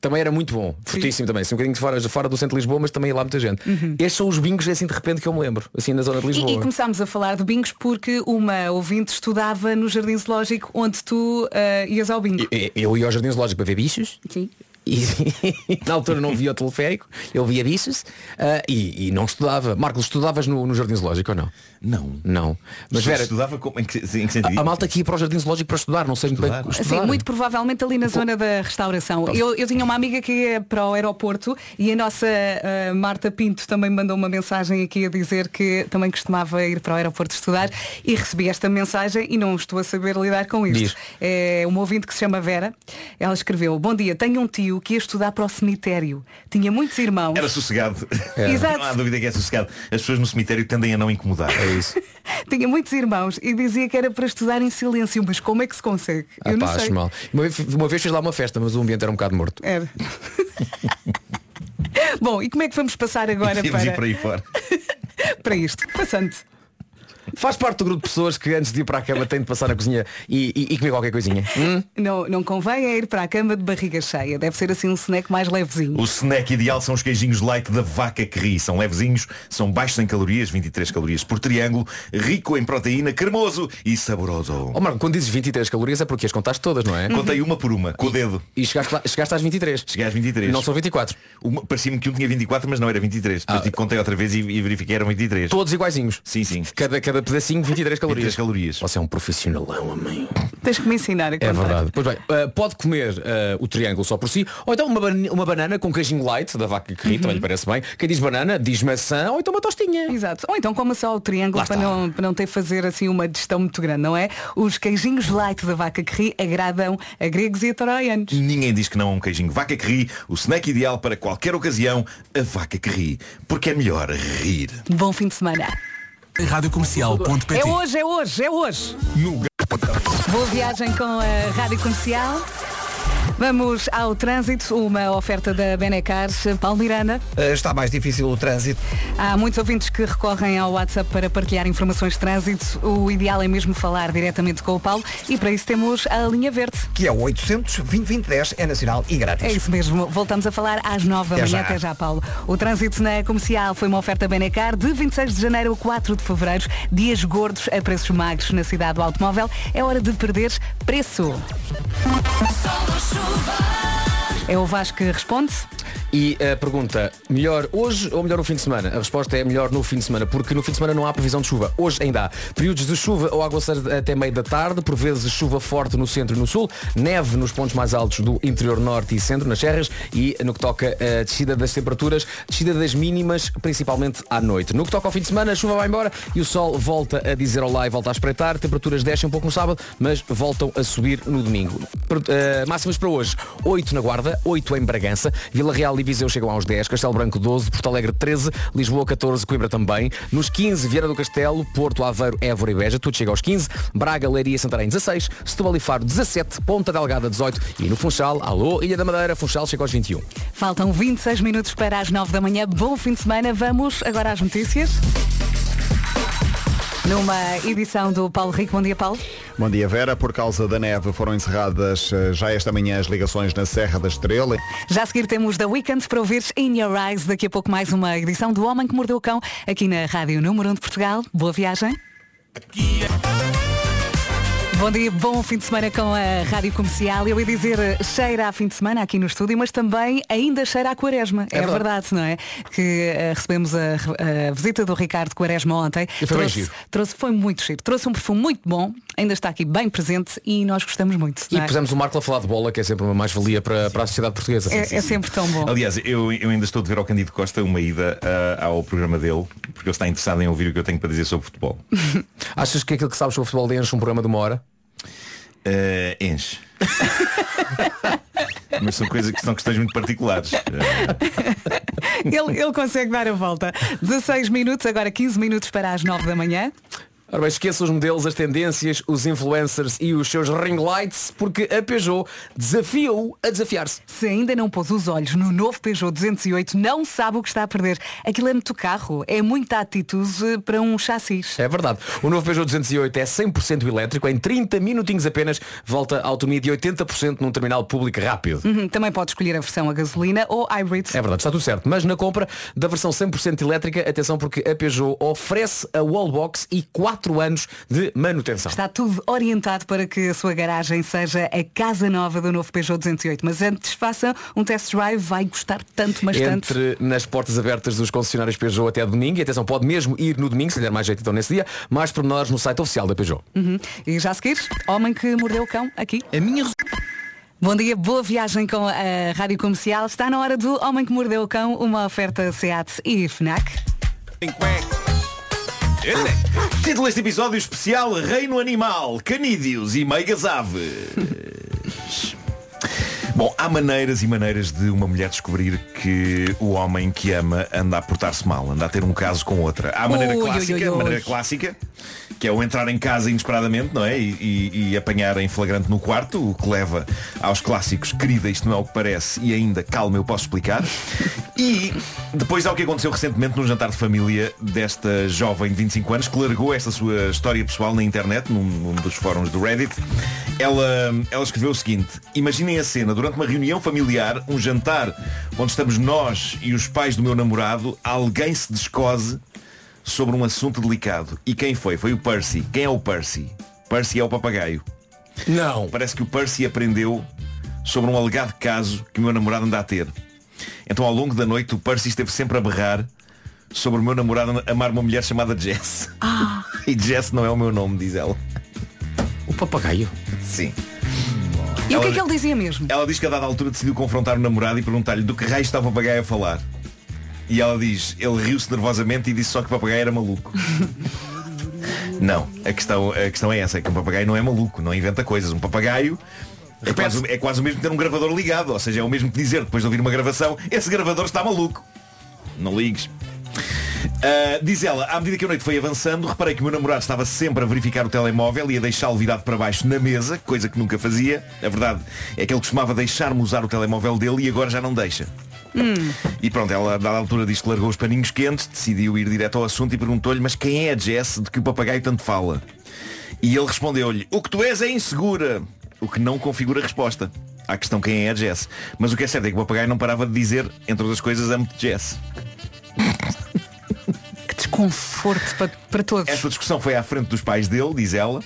I: Também era muito bom, fortíssimo também, assim, um bocadinho de fora, de fora do centro de Lisboa, mas também ia lá muita gente. Estes são os bingos assim de repente que eu me lembro, assim na zona de Lisboa.
A: Uhum. E, e começámos a falar de bingos porque uma ouvinte estudava no Jardim Zoológico onde tu eh, ias ao bingo.
I: E- Eu ia ao Jardim Zoológico para ver bichos.
A: Sim.
I: E na altura não via o teleférico, eu via bichos ah, e, e não estudava. Marcos, estudavas no, no Jardim Zoológico ou não?
F: Não.
I: Não. Mas Vera,
F: estudava como, em, que, em que
I: a,
F: sentido?
I: a malta aqui ia para o Jardim Zoológico para estudar, não sei muito bem estudar.
A: Sim, muito provavelmente ali na zona da restauração. Eu, eu tinha uma amiga que ia para o aeroporto e a nossa eh, Marta Pinto também me mandou uma mensagem aqui a dizer que também costumava ir para o aeroporto estudar e recebi esta mensagem e não estou a saber lidar com isto.
I: Diz.
A: É uma ouvinte que se chama Vera. Ela escreveu, bom dia, tenho um tio que ia estudar para o cemitério. Tinha muitos irmãos.
F: Era sossegado.
A: Era. Exato.
F: Não há dúvida que é sossegado. As pessoas no cemitério tendem a não incomodar. É
I: isso.
A: Tinha muitos irmãos e dizia que era para estudar em silêncio, mas como é que se consegue?
I: Ah,
A: eu não
I: pá,
A: sei.
I: acho mal. Uma vez, uma vez fiz lá uma festa, mas o ambiente era um bocado morto.
A: Era. Bom, e como é que vamos passar agora
I: Devíamos
A: para,
I: ir para aí fora.
A: para isto? Passando.
I: Faz parte do grupo de pessoas que antes de ir para a cama têm de passar na cozinha e, e, e comer qualquer coisinha. Hum?
A: Não, não convém é ir para a cama de barriga cheia. Deve ser assim um snack mais levezinho.
F: O snack ideal são os queijinhos light da vaca que ri. São levezinhos, são baixos em calorias, 23 calorias por triângulo, rico em proteína, cremoso e saboroso.
I: Ó Oh, Marco, quando dizes 23 calorias é porque as contaste todas, não é?
F: Contei uma por uma, com o dedo.
I: E, e chegaste, lá, chegaste às 23.
F: Hum. Cheguei às 23.
I: Não são 24.
F: Uma- Parecia-me que um tinha 24, mas não era 23. Depois digo, contei outra vez e, e verifiquei que eram 23.
I: Todos iguaizinhos.
F: Sim, sim.
I: Cada, cada pedacinho 23 calorias.
F: 23 calorias.
I: Você é um profissionalão, amém.
A: Tens que me ensinar a contar.
I: É verdade. Pois bem, ah, pode comer ah, o triângulo só por si, ou então uma, ban- uma banana com queijinho light da vaca
F: Uhum.
I: que ri, também lhe parece bem. Quem diz banana, diz maçã, ou então uma tostinha.
A: Exato. Ou então coma só o triângulo
I: Lá
A: para
I: está.
A: não, para não ter que fazer assim uma digestão muito grande, não é? Os queijinhos light da vaca que ri agradam a gregos e a troianos.
F: Ninguém diz que não a um queijinho de vaca que ri, o snack ideal para qualquer ocasião, a vaca que ri. Porque é melhor rir.
A: Bom fim de semana.
G: Radiocomercial.pt
A: É hoje, é hoje, é hoje.
G: No
A: Boa viagem com a Rádio Comercial. Vamos ao trânsito, uma oferta da Benecars, Paulo Miranda.
C: Eh, Está mais difícil o trânsito.
A: Há muitos ouvintes que recorrem ao WhatsApp para partilhar informações de trânsito. O ideal é mesmo falar diretamente com o Paulo e para isso temos a linha verde.
C: Que é o 800 2010 é nacional e grátis.
A: É isso mesmo. Voltamos a falar às 9 da manhã.
C: Até já.
A: Até já, Paulo. O trânsito na comercial foi uma oferta Benecar de 26 de janeiro a 4 de fevereiro. Dias gordos a preços magros na cidade do automóvel. É hora de perder preço. É o Vasco que responde.
I: E a pergunta, melhor hoje ou melhor no fim de semana? A resposta é melhor no fim de semana, porque no fim de semana não há previsão de chuva. Hoje ainda há períodos de chuva ou aguaceiros até meio da tarde, por vezes chuva forte no centro e no sul, neve nos pontos mais altos do interior norte e centro, nas serras, e no que toca a descida das temperaturas, descida das mínimas, principalmente à noite. No que toca ao fim de semana, a chuva vai embora e o sol volta a dizer olá e volta a espreitar. Temperaturas descem um pouco no sábado, mas voltam a subir no domingo. Per- eh, máximas para hoje. 8 na Guarda, 8 em Bragança, Vila Real e Viseu chegam aos 10, Castelo Branco 12, Porto Alegre 13, Lisboa 14, Coimbra também. Nos 15, Vieira do Castelo, Porto, Aveiro, Évora e Beja, tudo chega aos 15. Braga, Leiria e Santarém 16, Setúbal e Faro 17, Ponta Delgada 18 e no Funchal, alô, Ilha da Madeira, Funchal chega aos 21.
A: Faltam 26 minutos para as 9 da manhã. Bom fim de semana. Vamos agora às notícias. Numa edição do Paulo Rico. Bom dia, Paulo.
B: Bom dia, Vera. Por causa da neve foram encerradas eh, já esta manhã as ligações na Serra da Estrela.
A: Já a seguir temos The Weekend para ouvires In Your Eyes. Daqui a pouco mais uma edição do Homem que Mordeu o Cão aqui na Rádio Número 1 de Portugal. Boa viagem. Bom dia, bom fim de semana com a Rádio Comercial. Eu ia dizer eh, cheira a fim de semana aqui no estúdio, mas também ainda cheira a quaresma. É,
I: É verdade.
A: verdade, não é? Que eh, recebemos a, a visita do Ricardo Quaresma ontem.
I: E foi bem
A: trouxe,
I: giro.
A: trouxe- foi muito giro. Trouxe um perfume muito bom, ainda está aqui bem presente e nós gostamos muito.
I: E
A: não é?
I: pusemos o Marco a falar de bola, que é sempre uma mais-valia para, para a sociedade portuguesa.
A: É- é sempre tão bom.
F: Aliás, eu, eu ainda estou de ver ao Candido Costa uma ida ah, ao programa dele, porque ele está interessado em ouvir o que eu tenho para dizer sobre futebol.
I: Achas que aquilo que sabes sobre futebol enche um programa de uma hora?
F: Eh, enche. Mas são coisas que são questões muito particulares. Eh,
A: Ele, ele consegue dar a volta. 16 minutos, agora 15 minutos para as 9 da manhã.
I: Ora bem, esqueça os modelos, as tendências, os influencers e os seus ring lights, porque a Peugeot desafia-o a desafiar-se.
A: Se ainda não pôs os olhos no novo Peugeot 208, não sabe o que está a perder. Aquilo é muito carro, é muita atitude eh, para um chassis.
I: É verdade. O novo Peugeot 208 é 100% elétrico, em 30 minutinhos apenas volta à autonomia de 80% num terminal público rápido.
A: Uhum, também pode escolher a versão a gasolina ou hybrid.
I: É verdade, está tudo certo. Mas na compra da versão 100% elétrica, atenção porque a Peugeot oferece a wallbox e 4 anos de manutenção.
A: Está tudo orientado para que a sua garagem seja a casa nova do novo Peugeot 208. Mas antes faça um test drive, vai gostar tanto, mas tanto.
I: Entre nas portas abertas dos concessionários Peugeot até domingo. E atenção, pode mesmo ir no domingo, se lhe der mais jeito então nesse dia. Mais pormenores no site oficial da Peugeot.
A: Uhum. E já a seguir, Homem que Mordeu o Cão, aqui.
I: A minha...
A: Bom dia, boa viagem com a Rádio Comercial. Está na hora do Homem que Mordeu o Cão, uma oferta SEAT e FNAC.
F: Título deste episódio especial Reino Animal, Canídeos e Meigas Aves. Bom, há maneiras e maneiras de uma mulher descobrir que o homem que ama anda a portar-se mal, anda a ter um caso com outra. Há a maneira
N: Ui, ui,
F: clássica,
N: ui, ui.
F: maneira clássica, que é o entrar em casa inesperadamente, não é? E, e- e apanhar em flagrante no quarto, o que leva aos clássicos querida, isto não é o que parece, e ainda calma, eu posso explicar. E depois há o que aconteceu recentemente num jantar de família desta jovem de 25 anos que largou esta sua história pessoal na internet, num, num dos fóruns do Reddit. Ela, ela escreveu o seguinte, imaginem a cena, durante uma reunião familiar, um jantar onde estamos nós e os pais do meu namorado, alguém se descose sobre um assunto delicado. E quem foi? Foi o Percy. Quem é o Percy? Percy é o papagaio.
I: Não.
F: Parece que o Percy aprendeu sobre um alegado caso que o meu namorado anda a ter. Então ao longo da noite o Percy esteve sempre a berrar sobre o meu namorado amar uma mulher chamada Jess.
A: Ah,
F: E Jess não é o meu nome, diz ela.
I: O papagaio?
F: Sim.
A: e o que é
F: Ela-
A: que ele dizia mesmo?
F: ela diz que a dada altura decidiu confrontar o namorado e perguntar-lhe do que raio está o papagaio a falar. E ela diz, ele riu-se nervosamente e disse só que o papagaio era maluco. não, a questão, a questão é essa, é que um papagaio não é maluco, não inventa coisas. Um papagaio é quase, é quase o mesmo ter um gravador ligado, ou seja, é o mesmo que dizer depois de ouvir uma gravação, esse gravador está maluco. Não ligues. Ah, diz ela, à medida que a noite foi avançando, reparei que o meu namorado estava sempre a verificar o telemóvel e a deixá-lo virado para baixo na mesa, coisa que nunca fazia. A verdade é que ele costumava deixar-me usar o telemóvel dele e agora já não deixa. E pronto, ela a dada altura diz que largou os paninhos quentes, decidiu ir direto ao assunto e perguntou-lhe, mas quem é a Jess de que o papagaio tanto fala? E ele respondeu-lhe, o que tu és é insegura, o que não configura resposta. À questão quem é a Jess. Mas o que é certo é que o papagaio não parava de dizer, entre outras coisas, amo-te Jess.
A: Que desconforto para, para todos.
F: Esta discussão foi à frente dos pais dele, diz ela.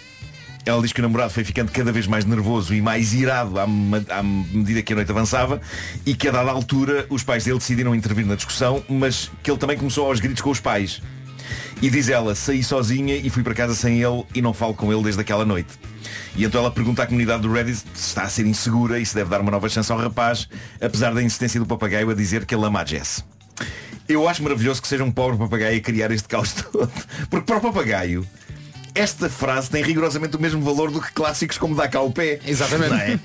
F: Ela diz que o namorado foi ficando cada vez mais nervoso e mais irado à, ma- à medida que a noite avançava e que a dada altura os pais dele decidiram intervir na discussão, mas que ele também começou aos gritos com os pais. E diz ela, saí sozinha e fui para casa sem ele e não falo com ele desde aquela noite. E então ela pergunta à comunidade do Reddit se está a ser insegura e se deve dar uma nova chance ao rapaz, apesar da insistência do papagaio a dizer que ele ama a Jess. Eu acho maravilhoso que seja um pobre papagaio a criar este caos todo. Porque para o papagaio, esta frase tem rigorosamente o mesmo valor do que clássicos como dá cá o pé.
I: Exatamente.
F: Não é?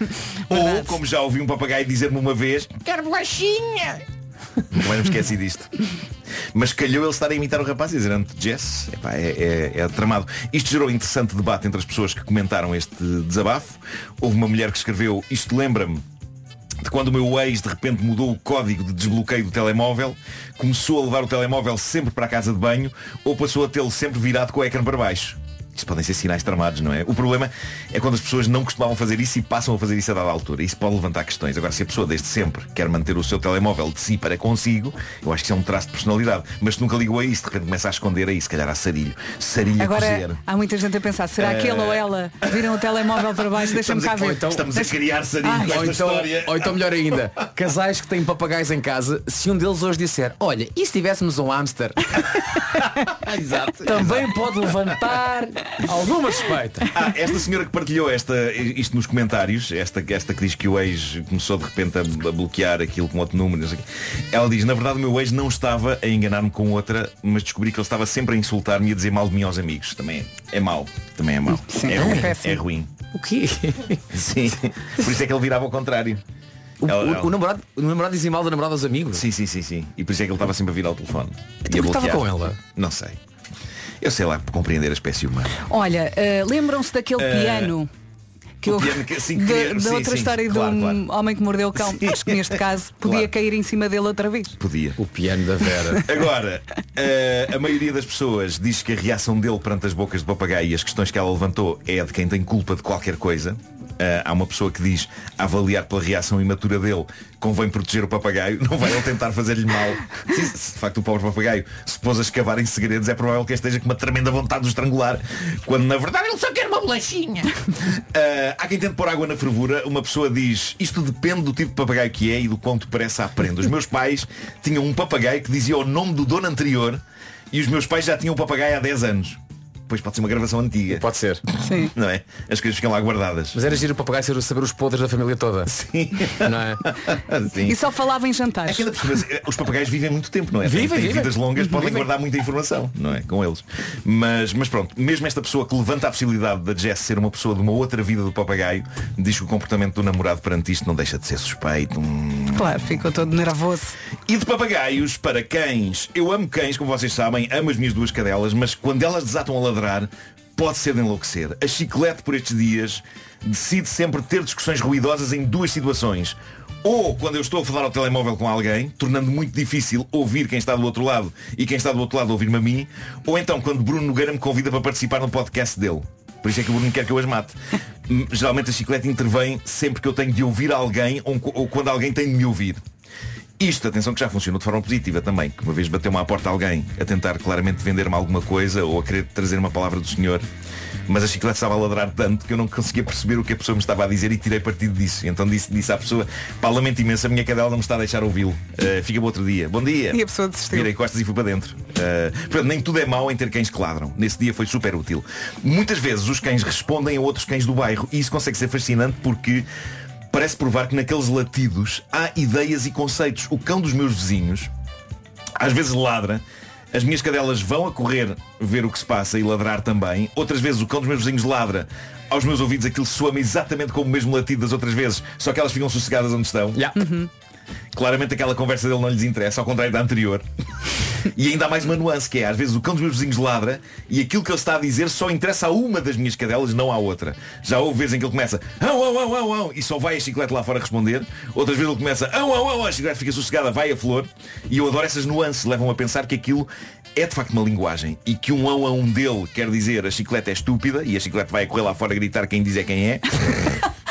F: Ou, como já ouvi um papagaio dizer-me uma vez,
K: Quero bolachinha!
F: também não me esqueci disto. Mas calhou ele estar a imitar o rapaz e dizer "Ante Jess, epá, é, é- é tramado. Isto gerou interessante debate entre as pessoas que comentaram este desabafo. Houve uma mulher que escreveu, isto lembra-me de quando o meu ex de repente mudou o código de desbloqueio do telemóvel, começou a levar o telemóvel sempre para a casa de banho ou passou a tê-lo sempre virado com o ecrã para baixo. Isto podem ser sinais tramados, não é? O problema é quando as pessoas não costumavam fazer isso e passam a fazer isso a dada altura. Isso pode levantar questões. Agora, se a pessoa desde sempre quer manter o seu telemóvel de si para consigo, eu acho que isso é um traço de personalidade. Mas se nunca ligou a isso, de repente começa a esconder aí, se calhar a sarilho. Sarilho a cozer.
A: Agora há muita gente a pensar, será que ele ou ela viram o telemóvel para baixo? Deixa-me
F: Eh, Estamos a- então,
A: cá ver.
F: estamos a criar sarinho
A: Ai.
F: com
I: Ou
F: esta
I: então,
F: história.
I: ou então, melhor ainda, casais que têm papagaios em casa, se um deles hoje disser, olha, e se tivéssemos um hamster?
F: Exato.
I: Também pode levantar alguma suspeita.
F: Ah, esta senhora que partilhou esta, isto nos comentários, esta, esta que diz que o ex começou de repente a, a bloquear aquilo com outro número, não sei o quê. ela diz, na verdade o meu ex não estava a enganar-me com outra, mas descobri que ele estava sempre a insultar-me e a dizer mal de mim aos amigos. Também é, é mau. Também é mau.
I: Sim,
F: é,
I: é
F: ruim,
I: péssimo.
F: é ruim.
I: O quê?
F: Sim. Por isso é que ele virava ao contrário.
I: É O,
F: Ela-
I: o-
F: ela-
I: o namorado, o namorado dizia mal do namorado aos amigos?
F: Sim, sim, sim, sim. E por isso é que ele estava sempre a vir ao telefone.
I: Então,
F: E a
I: porque estava
F: bloquear.
I: com ela?
F: Não sei. Eu sei lá compreender a espécie humana.
A: Olha, eh, lembram-se daquele
F: Eh,
A: piano que
F: o
A: eu
F: piano que- sim,
A: da-
F: queria-
A: da,
F: sim,
A: outra
F: sim,
A: história
F: claro,
A: de um
F: claro.
A: homem que mordeu o cão,
F: Sim.
A: acho que neste caso podia
F: Claro.
A: cair em cima dele outra vez.
F: Podia.
I: O piano da Vera.
F: Agora, eh, a maioria das pessoas diz que a reação dele perante as bocas de papagaio e as questões que ela levantou é de quem tem culpa de qualquer coisa. Eh, há uma pessoa que diz, a avaliar pela reação imatura dele, convém proteger o papagaio, não vai ele tentar fazer-lhe mal. Sim, se de facto o pobre papagaio se pôs a escavar em segredos, é provável que ele esteja com uma tremenda vontade de o estrangular, quando na verdade ele só quer uma bolachinha. Ah, há quem tente pôr água na fervura, uma pessoa diz isto depende do tipo de papagaio que é e do quanto parece à prenda. Os meus pais tinham um papagaio que dizia o nome do dono anterior e os meus pais já tinham o papagaio há 10 anos. Pois pode ser uma gravação antiga.
I: Pode ser.
A: Sim.
F: Não é? As coisas ficam lá guardadas.
I: Mas é era giro o papagaio ser- saber os podres da família toda.
F: Sim.
I: Não é?
F: Sim.
A: E só falava em jantares.
F: Mas, eh, os papagaios vivem muito tempo, não é?
I: Vivem,
F: Têm
I: vivem.
F: vidas longas, podem
I: Vivem.
F: guardar muita informação, não é? Com eles. Mas, mas pronto, mesmo esta pessoa que levanta a possibilidade da Jess ser uma pessoa de uma outra vida do papagaio, diz que o comportamento do namorado perante isto não deixa de ser suspeito. Hum.
A: Claro, ficou todo nervoso.
F: E de papagaios para cães. Eu amo cães, como vocês sabem, amo as minhas duas cadelas, mas quando elas desatam a ladrar, pode ser de enlouquecer. A chiclete por estes dias decide sempre ter discussões ruidosas em duas situações. Ou quando eu estou a falar ao telemóvel com alguém, tornando muito difícil ouvir quem está do outro lado e quem está do outro lado ouvir-me a mim, ou então quando Bruno Nogueira me convida para participar no podcast dele. Por isso é que o Bruno quer que eu as mate. Hum, Geralmente a chiclete intervém sempre que eu tenho de ouvir alguém ou, co- ou quando alguém tem de me ouvir. Isto, atenção, que já funcionou de forma positiva também, que uma vez bateu-me à porta alguém a tentar claramente vender-me alguma coisa ou a querer trazer uma palavra do senhor, mas a chiclete estava a ladrar tanto que eu não conseguia perceber o que a pessoa me estava a dizer e tirei partido disso. Então disse, disse à pessoa, pá, lamento imenso, a minha cadela não me está a deixar ouvi-lo. Eh, fica bom outro dia. Bom dia.
A: E a pessoa desistiu.
F: Virei costas e fui para dentro. Eh, portanto, nem tudo é mau em ter cães que ladram. Nesse dia foi super útil. Muitas vezes os cães respondem a outros cães do bairro e isso consegue ser fascinante porque parece provar que naqueles latidos há ideias e conceitos. O cão dos meus vizinhos às vezes ladra. As minhas cadelas vão a correr ver o que se passa e ladrar também. Outras vezes o cão dos meus vizinhos ladra. Aos meus ouvidos aquilo soa-me exatamente como o mesmo latido das outras vezes, só que elas ficam sossegadas onde estão. Claramente aquela conversa dele não lhes interessa, ao contrário da anterior. E ainda há mais uma nuance que é, às vezes o cão dos meus vizinhos ladra e aquilo que ele está a dizer só interessa a uma das minhas cadelas, não à outra. Já houve vezes em que ele começa au, au, au, au, au, e só vai a chiclete lá fora responder. Outras vezes ele começa au, au, au, au, a chiclete fica sossegada, vai a flor. E eu adoro essas nuances, levam a pensar que aquilo é de facto uma linguagem e que um ao a um dele quer dizer a chiclete é estúpida e a chiclete vai a correr lá fora gritar quem diz é quem é.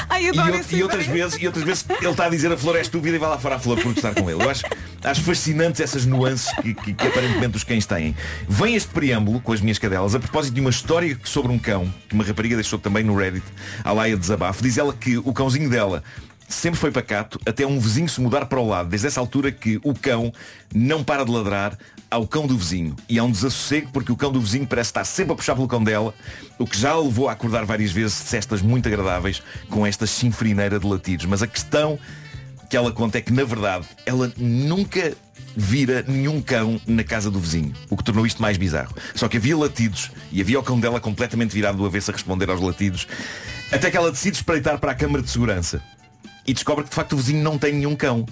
A: Ai,
F: E,
A: adoro
F: out-
A: essa
F: e outras
A: ideia.
F: vezes, e outras vezes ele está a dizer a flor é estúpida e vai lá fora a flor protestar com ele. Eu acho, acho fascinantes essas nuances que, que- que aparentemente os cães têm. Vem este preâmbulo com as minhas cadelas a propósito de uma história sobre um cão que uma rapariga deixou também no Reddit, a Laia Desabafo. Diz ela que o cãozinho dela sempre foi pacato até um vizinho se mudar para o lado. Desde essa altura que o cão não para de ladrar ao cão do vizinho. E é um desassossego porque o cão do vizinho parece estar sempre a puxar pelo cão dela, o que já a levou a acordar várias vezes de cestas muito agradáveis com esta chinfrineira de latidos. Mas a questão que ela conta é que, na verdade, ela nunca vira nenhum cão na casa do vizinho, o que tornou isto mais bizarro. Só que havia latidos e havia o cão dela completamente virado do avesso a responder aos latidos, até que ela decide espreitar para a câmara de segurança e descobre que de facto o vizinho não tem nenhum cão.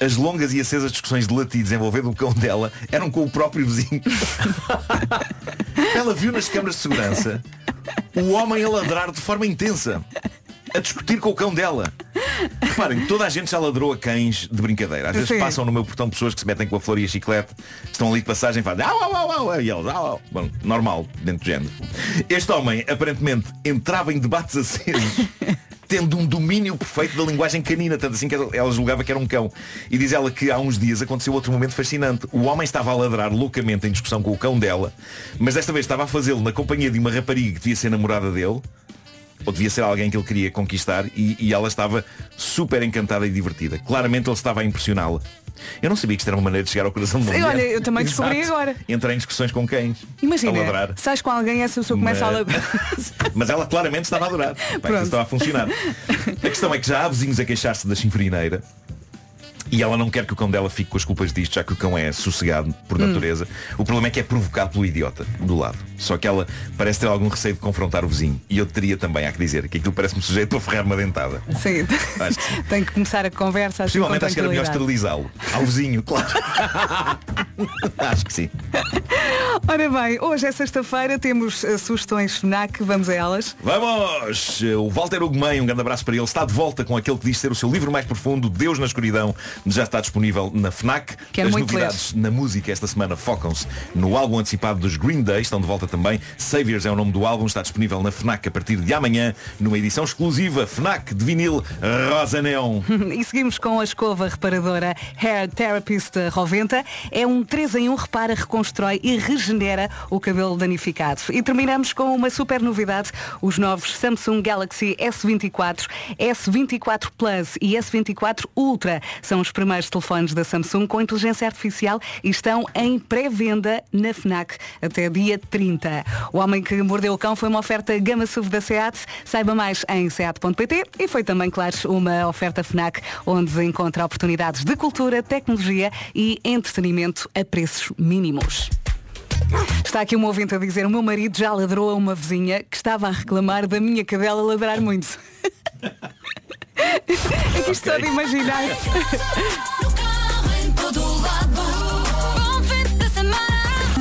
F: As longas e acesas discussões de latidos envolvendo o cão dela eram com o próprio vizinho. Ela viu nas câmaras de segurança o homem a ladrar de forma intensa, a discutir com o cão dela. Reparem, toda a gente já ladrou a cães de brincadeira. Às vezes
N: Sim.
F: passam no meu portão pessoas que se metem com a flor e a chiclete, estão ali de passagem e fazem au, au, au, au, e eles, au, au. Bom, normal, dentro do género. Este homem, aparentemente, entrava em debates acesos tendo um domínio perfeito da linguagem canina, tanto assim que ela julgava que era um cão. E diz ela que há uns dias aconteceu outro momento fascinante. O homem estava a ladrar loucamente em discussão com o cão dela, mas desta vez estava a fazê-lo na companhia de uma rapariga que devia ser namorada dele, ou devia ser alguém que ele queria conquistar, e, e ela estava super encantada e divertida. Claramente ele estava a impressioná-la. Eu não sabia que isto era uma maneira de chegar ao coração do
A: Sim, olha, eu também descobri agora.
F: Entrar em discussões com cães. A
A: Imagina,
F: ladrar.
A: sais com alguém e essa pessoa começa a
F: Mas-
A: labrar.
F: Mas ela claramente estava a adorar. Bem,
A: Pronto.
F: aquilo estava a funcionar. A questão é que já há vizinhos a queixar-se da chinfrineira. E ela não quer que o cão dela fique com as culpas disto, já que o cão é sossegado por
N: Hum.
F: natureza. O problema é que é provocado pelo idiota do lado. Só que ela parece ter algum receio de confrontar o vizinho. E eu teria também, há que dizer, que aquilo parece-me sujeito para ferrar uma dentada.
A: Sim.
F: Acho que sim.
A: Tem que começar a conversa assim,
F: Possivelmente
A: com
F: acho que era melhor
A: tranquilidade.
F: esterilizá-lo. Ao vizinho, claro. acho que sim.
A: Ora bem, hoje é sexta-feira, temos eh, sugestões FNAC, vamos a elas.
F: Vamos! O Walter Ugumem, um grande abraço para ele, está de volta com aquele que diz ser o seu livro mais profundo, Deus na Escuridão, já está disponível na FNAC.
N: Quero
F: As
N: muito
F: novidades na música esta semana focam-se no álbum antecipado dos Green Day, estão de volta também. Saviors é o nome do álbum, está disponível na FNAC a partir de amanhã, numa edição exclusiva FNAC de vinil Rosa Neon.
A: E seguimos com a escova reparadora Hair Therapist Roventa. É um 3 em 1, repara, reconstrói e regenera o cabelo danificado. E terminamos com uma super novidade, os novos Samsung Galaxy S24, S24 Plus e S24 Ultra. São os primeiros telefones da Samsung com inteligência artificial e estão em pré-venda na FNAC até dia 30. O Homem que Mordeu o Cão foi uma oferta Gama SUV da SEAT. Saiba mais em seat.pt e foi também, claro, uma oferta FNAC onde encontra oportunidades de cultura, tecnologia e entretenimento a preços mínimos. Está aqui um ouvinte a dizer, o meu marido já ladrou a uma vizinha que estava a reclamar da minha cadela ladrar muito. é que isto só de imaginar.
K: Em todo lado. Bom fim de semana.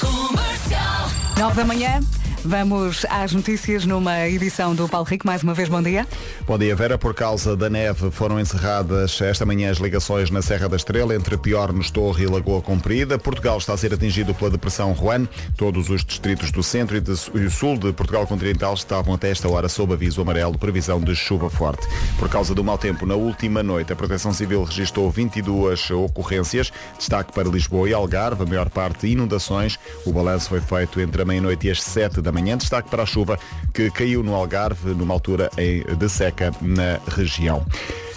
K: Comercial.
A: 9 da manhã, vamos às notícias numa edição do Paulo Rico. Mais uma vez, bom dia.
B: Bom dia, Vera. Por causa da neve foram encerradas esta manhã as ligações na Serra da Estrela entre Piornos, Torre e Lagoa Comprida. Portugal está a ser atingido pela depressão Juan. Todos os distritos do centro e, de- e sul de Portugal continental estavam até esta hora sob aviso amarelo, previsão de chuva forte. Por causa do mau tempo, na última noite, a Proteção Civil registrou 22 ocorrências. Destaque para Lisboa e Algarve, a maior parte inundações. O balanço foi feito entre a meia-noite e as 7 da manhã. Destaque para a chuva que caiu no Algarve numa altura em- de seca na região.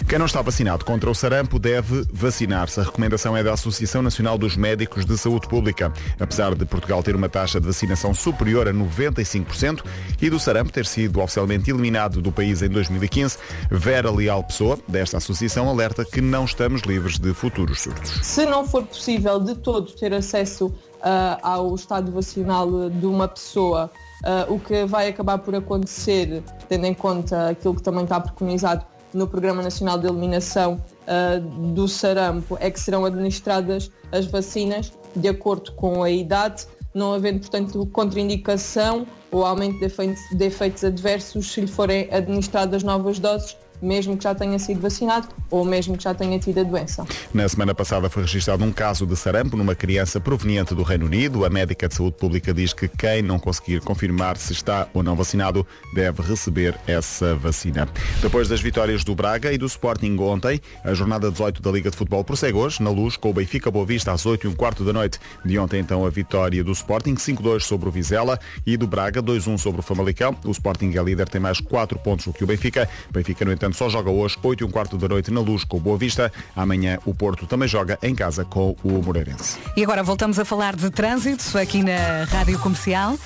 B: Quem não está vacinado contra o sarampo deve vacinar-se. A recomendação é da Associação Nacional dos Médicos de Saúde Pública. Apesar de Portugal ter uma taxa de vacinação superior a 95% e do sarampo ter sido oficialmente eliminado do país em 2015, Vera Leal Pessoa, desta associação, alerta que não estamos livres de futuros surtos.
O: Se não for possível de todo ter acesso ah, ao estado vacinal de uma pessoa, ah, o que vai acabar por acontecer, tendo em conta aquilo que também tá- está preconizado no Programa Nacional de Eliminação ah, do Sarampo, é que serão administradas as vacinas de acordo com a idade, não havendo, portanto, contraindicação ou aumento de efeitos- de efeitos adversos se lhe forem administradas novas doses, mesmo que já tenha sido vacinado ou mesmo que já tenha tido a doença.
B: Na semana passada foi registrado um caso de sarampo numa criança proveniente do Reino Unido. A médica de saúde pública diz que quem não conseguir confirmar se está ou não vacinado deve receber essa vacina. Depois das vitórias do Braga e do Sporting ontem, a jornada 18 da Liga de Futebol prossegue hoje, na luz, com o Benfica Boa Vista às 8 e um quarto da noite. De ontem, então, a vitória do Sporting, 5-2 sobre o Vizela e do Braga, 2-1 sobre o Famalicão. O Sporting é líder, tem mais 4 pontos do que o Benfica. O Benfica, no entanto, só joga hoje, 8 e um quarto da noite, na luz, com o Boa Vista. Amanhã, o Porto também joga em casa com o Moreirense.
A: E agora voltamos a falar de trânsito aqui na Rádio Comercial.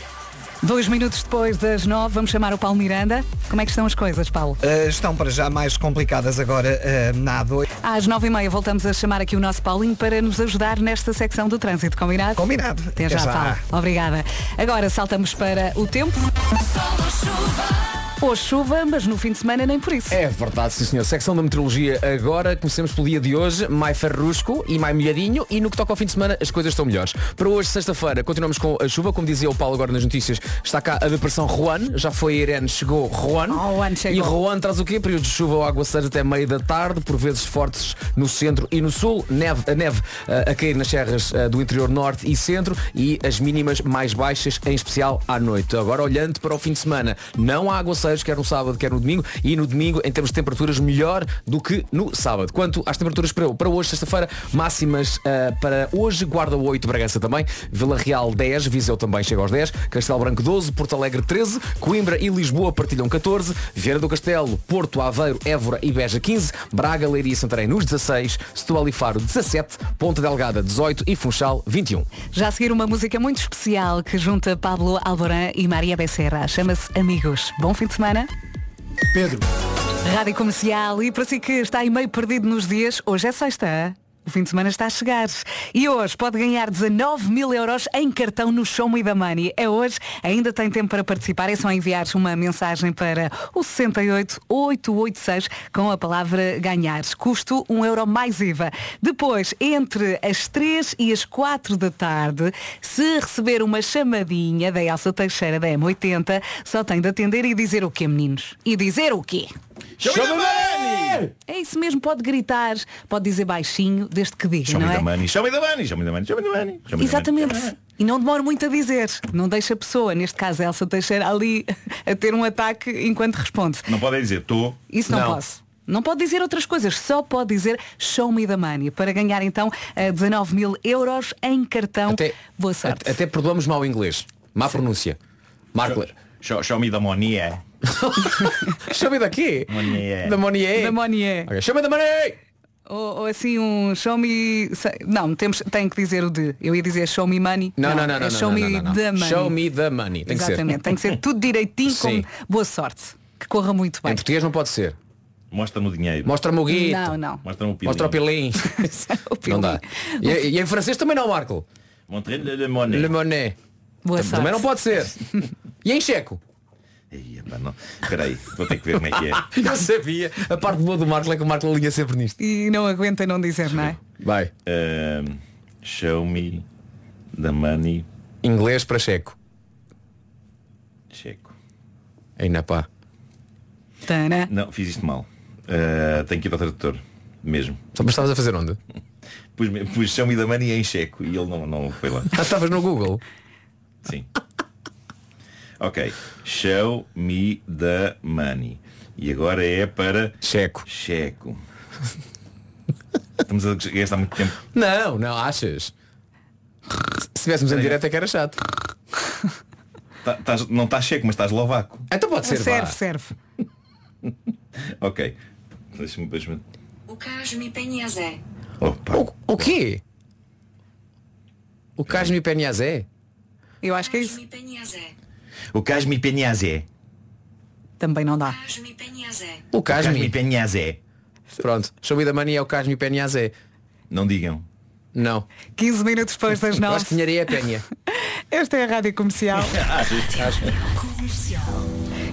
A: Dois minutos depois das nove, vamos chamar o Paulo Miranda. Como é que estão as coisas, Paulo?
C: Uh, estão para já mais complicadas agora uh, na A2.
A: Às nove e meia voltamos a chamar aqui o nosso Paulinho para nos ajudar nesta secção do trânsito, combinado?
C: Combinado.
A: Até já,
C: Até já.
A: Paulo. Obrigada. Agora saltamos para o tempo. Hoje chuva, mas no fim de semana nem por isso.
I: É verdade, sim senhor. Secção da meteorologia agora. Comecemos pelo dia de hoje. Mais ferrusco e mais molhadinho. E no que toca ao fim de semana, as coisas estão melhores. Para hoje, sexta-feira, continuamos com a chuva. Como dizia o Paulo agora nas notícias, está cá a depressão Juan. Já foi a Irene, chegou Ah, Juan. E Juan traz o quê? Período de chuva ou aguaceiros até meio da tarde, por vezes fortes no centro e no sul. Neve, a neve eh, a cair nas serras eh, do interior norte e centro. E as mínimas mais baixas, em especial à noite. Agora, olhando para o fim de semana, não há aguaceiros, quer no sábado, quer no domingo, e no domingo, em termos de temperaturas, melhor do que no sábado. Quanto às temperaturas para, para hoje, sexta-feira, máximas ah, para hoje, Guarda 8, Bragança também, Vila Real 10, Viseu também chega aos 10, Castelo Branco 12, Porto Alegre 13, Coimbra e Lisboa partilham 14, Vieira do Castelo, Porto, Aveiro, Évora e Beja 15, Braga, Leiria e Santarém nos 16, Setúbal e Faro 17, Ponta Delgada 18 e um. Funchal 21.
A: Já a seguir uma música muito especial que junta Pablo Alborán e Maria Becerra. Chama-se Amigos. Bom fim de semana.
E: Pedro.
A: Rádio Comercial e para si que está aí meio perdido nos dias, hoje é sexta. hã? O fim de semana está a chegar. E hoje pode ganhar 19 mil euros em cartão no Show Me da Money. É hoje, ainda tem tempo para participar. É só enviar uma mensagem para o 68886 com a palavra ganhar. Custo 1 euro mais IVA. Depois, entre as 3 e as 4 da tarde, se receber uma chamadinha da Elsa Teixeira da M80, só tem de atender e dizer o quê, meninos? E dizer o quê? Chama-me! É isso mesmo, pode gritar, pode dizer baixinho, desde que diga,
F: Show me
A: não
F: the
A: é?
F: money, show me the money, show me the money, show me the money. show me the money.
A: Exatamente. E não demora muito a dizer. Não deixa a pessoa, neste caso a Elsa Teixeira, ali a ter um ataque enquanto responde.
F: Não podem dizer, estou.
A: Isso não, posso. Não pode dizer outras coisas, só pode dizer show me the money. Para ganhar então eh, 19 mil euros em cartão. Então, Boa sorte.
I: Até perdoamos mal o inglês. Má pronúncia. Marco.
F: Show, show me the money, é.
I: show me daqui.
F: Money.
I: Da Monier.
A: Da Monier.
I: Ok, Chama da Monier.
A: Ou, ou assim um show me. Não, temos, tem que dizer o de. Eu ia dizer show me money.
I: Não, não, não,
A: é
I: não, não,
A: Show
I: não,
A: me
I: não, não.
A: the money.
I: Show me the money. Tem que ser.
A: Exatamente, tem que ser tudo direitinho,
I: Sim.
A: com boa sorte. Que corra muito bem.
I: Em português não pode ser.
F: Mostra-me o dinheiro.
I: Mostra-me o guito.
A: Não, não. é
F: Mostra-me o pilinho.
I: Mostra o pilim. não dá. E, é- e em francês também não, Marco.
F: Montre-lhe le money.
I: Le Monet.
A: Boa
I: Também não pode ser. E em checo?
F: Epá, não. Espera aí, vou ter que ver como é que é.
I: Eu sabia. A parte boa do Marco é que o Marco alinha sempre nisto.
A: E não aguenta não dizer, não é?
I: Vai.
F: show me the money.
I: Inglês para checo.
F: Checo.
I: Ainda pá.
A: Tana.
F: Não, fiz isto mal. Eh, tenho que ir ao tradutor. Mesmo.
I: Mas estavas a fazer onde?
F: Pus, pus show me the money em checo e ele não, não foi lá.
I: Ah, estavas no Google?
F: Sim. Ok. Show me the money. E agora é para.
I: Checo.
F: Checo. Estamos a gastar muito tempo.
I: Não, não, achas? Se estivéssemos em direto é que era chato.
F: Tá- tás- não estás checo, mas estás lovaco.
I: Então pode ser.
A: serve,
I: vá.
A: serve.
F: Ok. Deixa-me. Deixa
K: O caso me penhazé.
I: O quê? O Casmi Penhazé?
A: Eu acho que é isso.
F: o Casmi Penhazé.
A: Também não dá.
I: O
F: Casmi
I: Casmi
F: Penhazé.
I: Pronto, show me da mania é o Casmi Penhazé.
F: Não digam.
I: Não.
A: 15 minutos depois das
I: Eu
A: 9.
I: Acho que Pinharia é Penha.
A: Esta é a Rádio Comercial.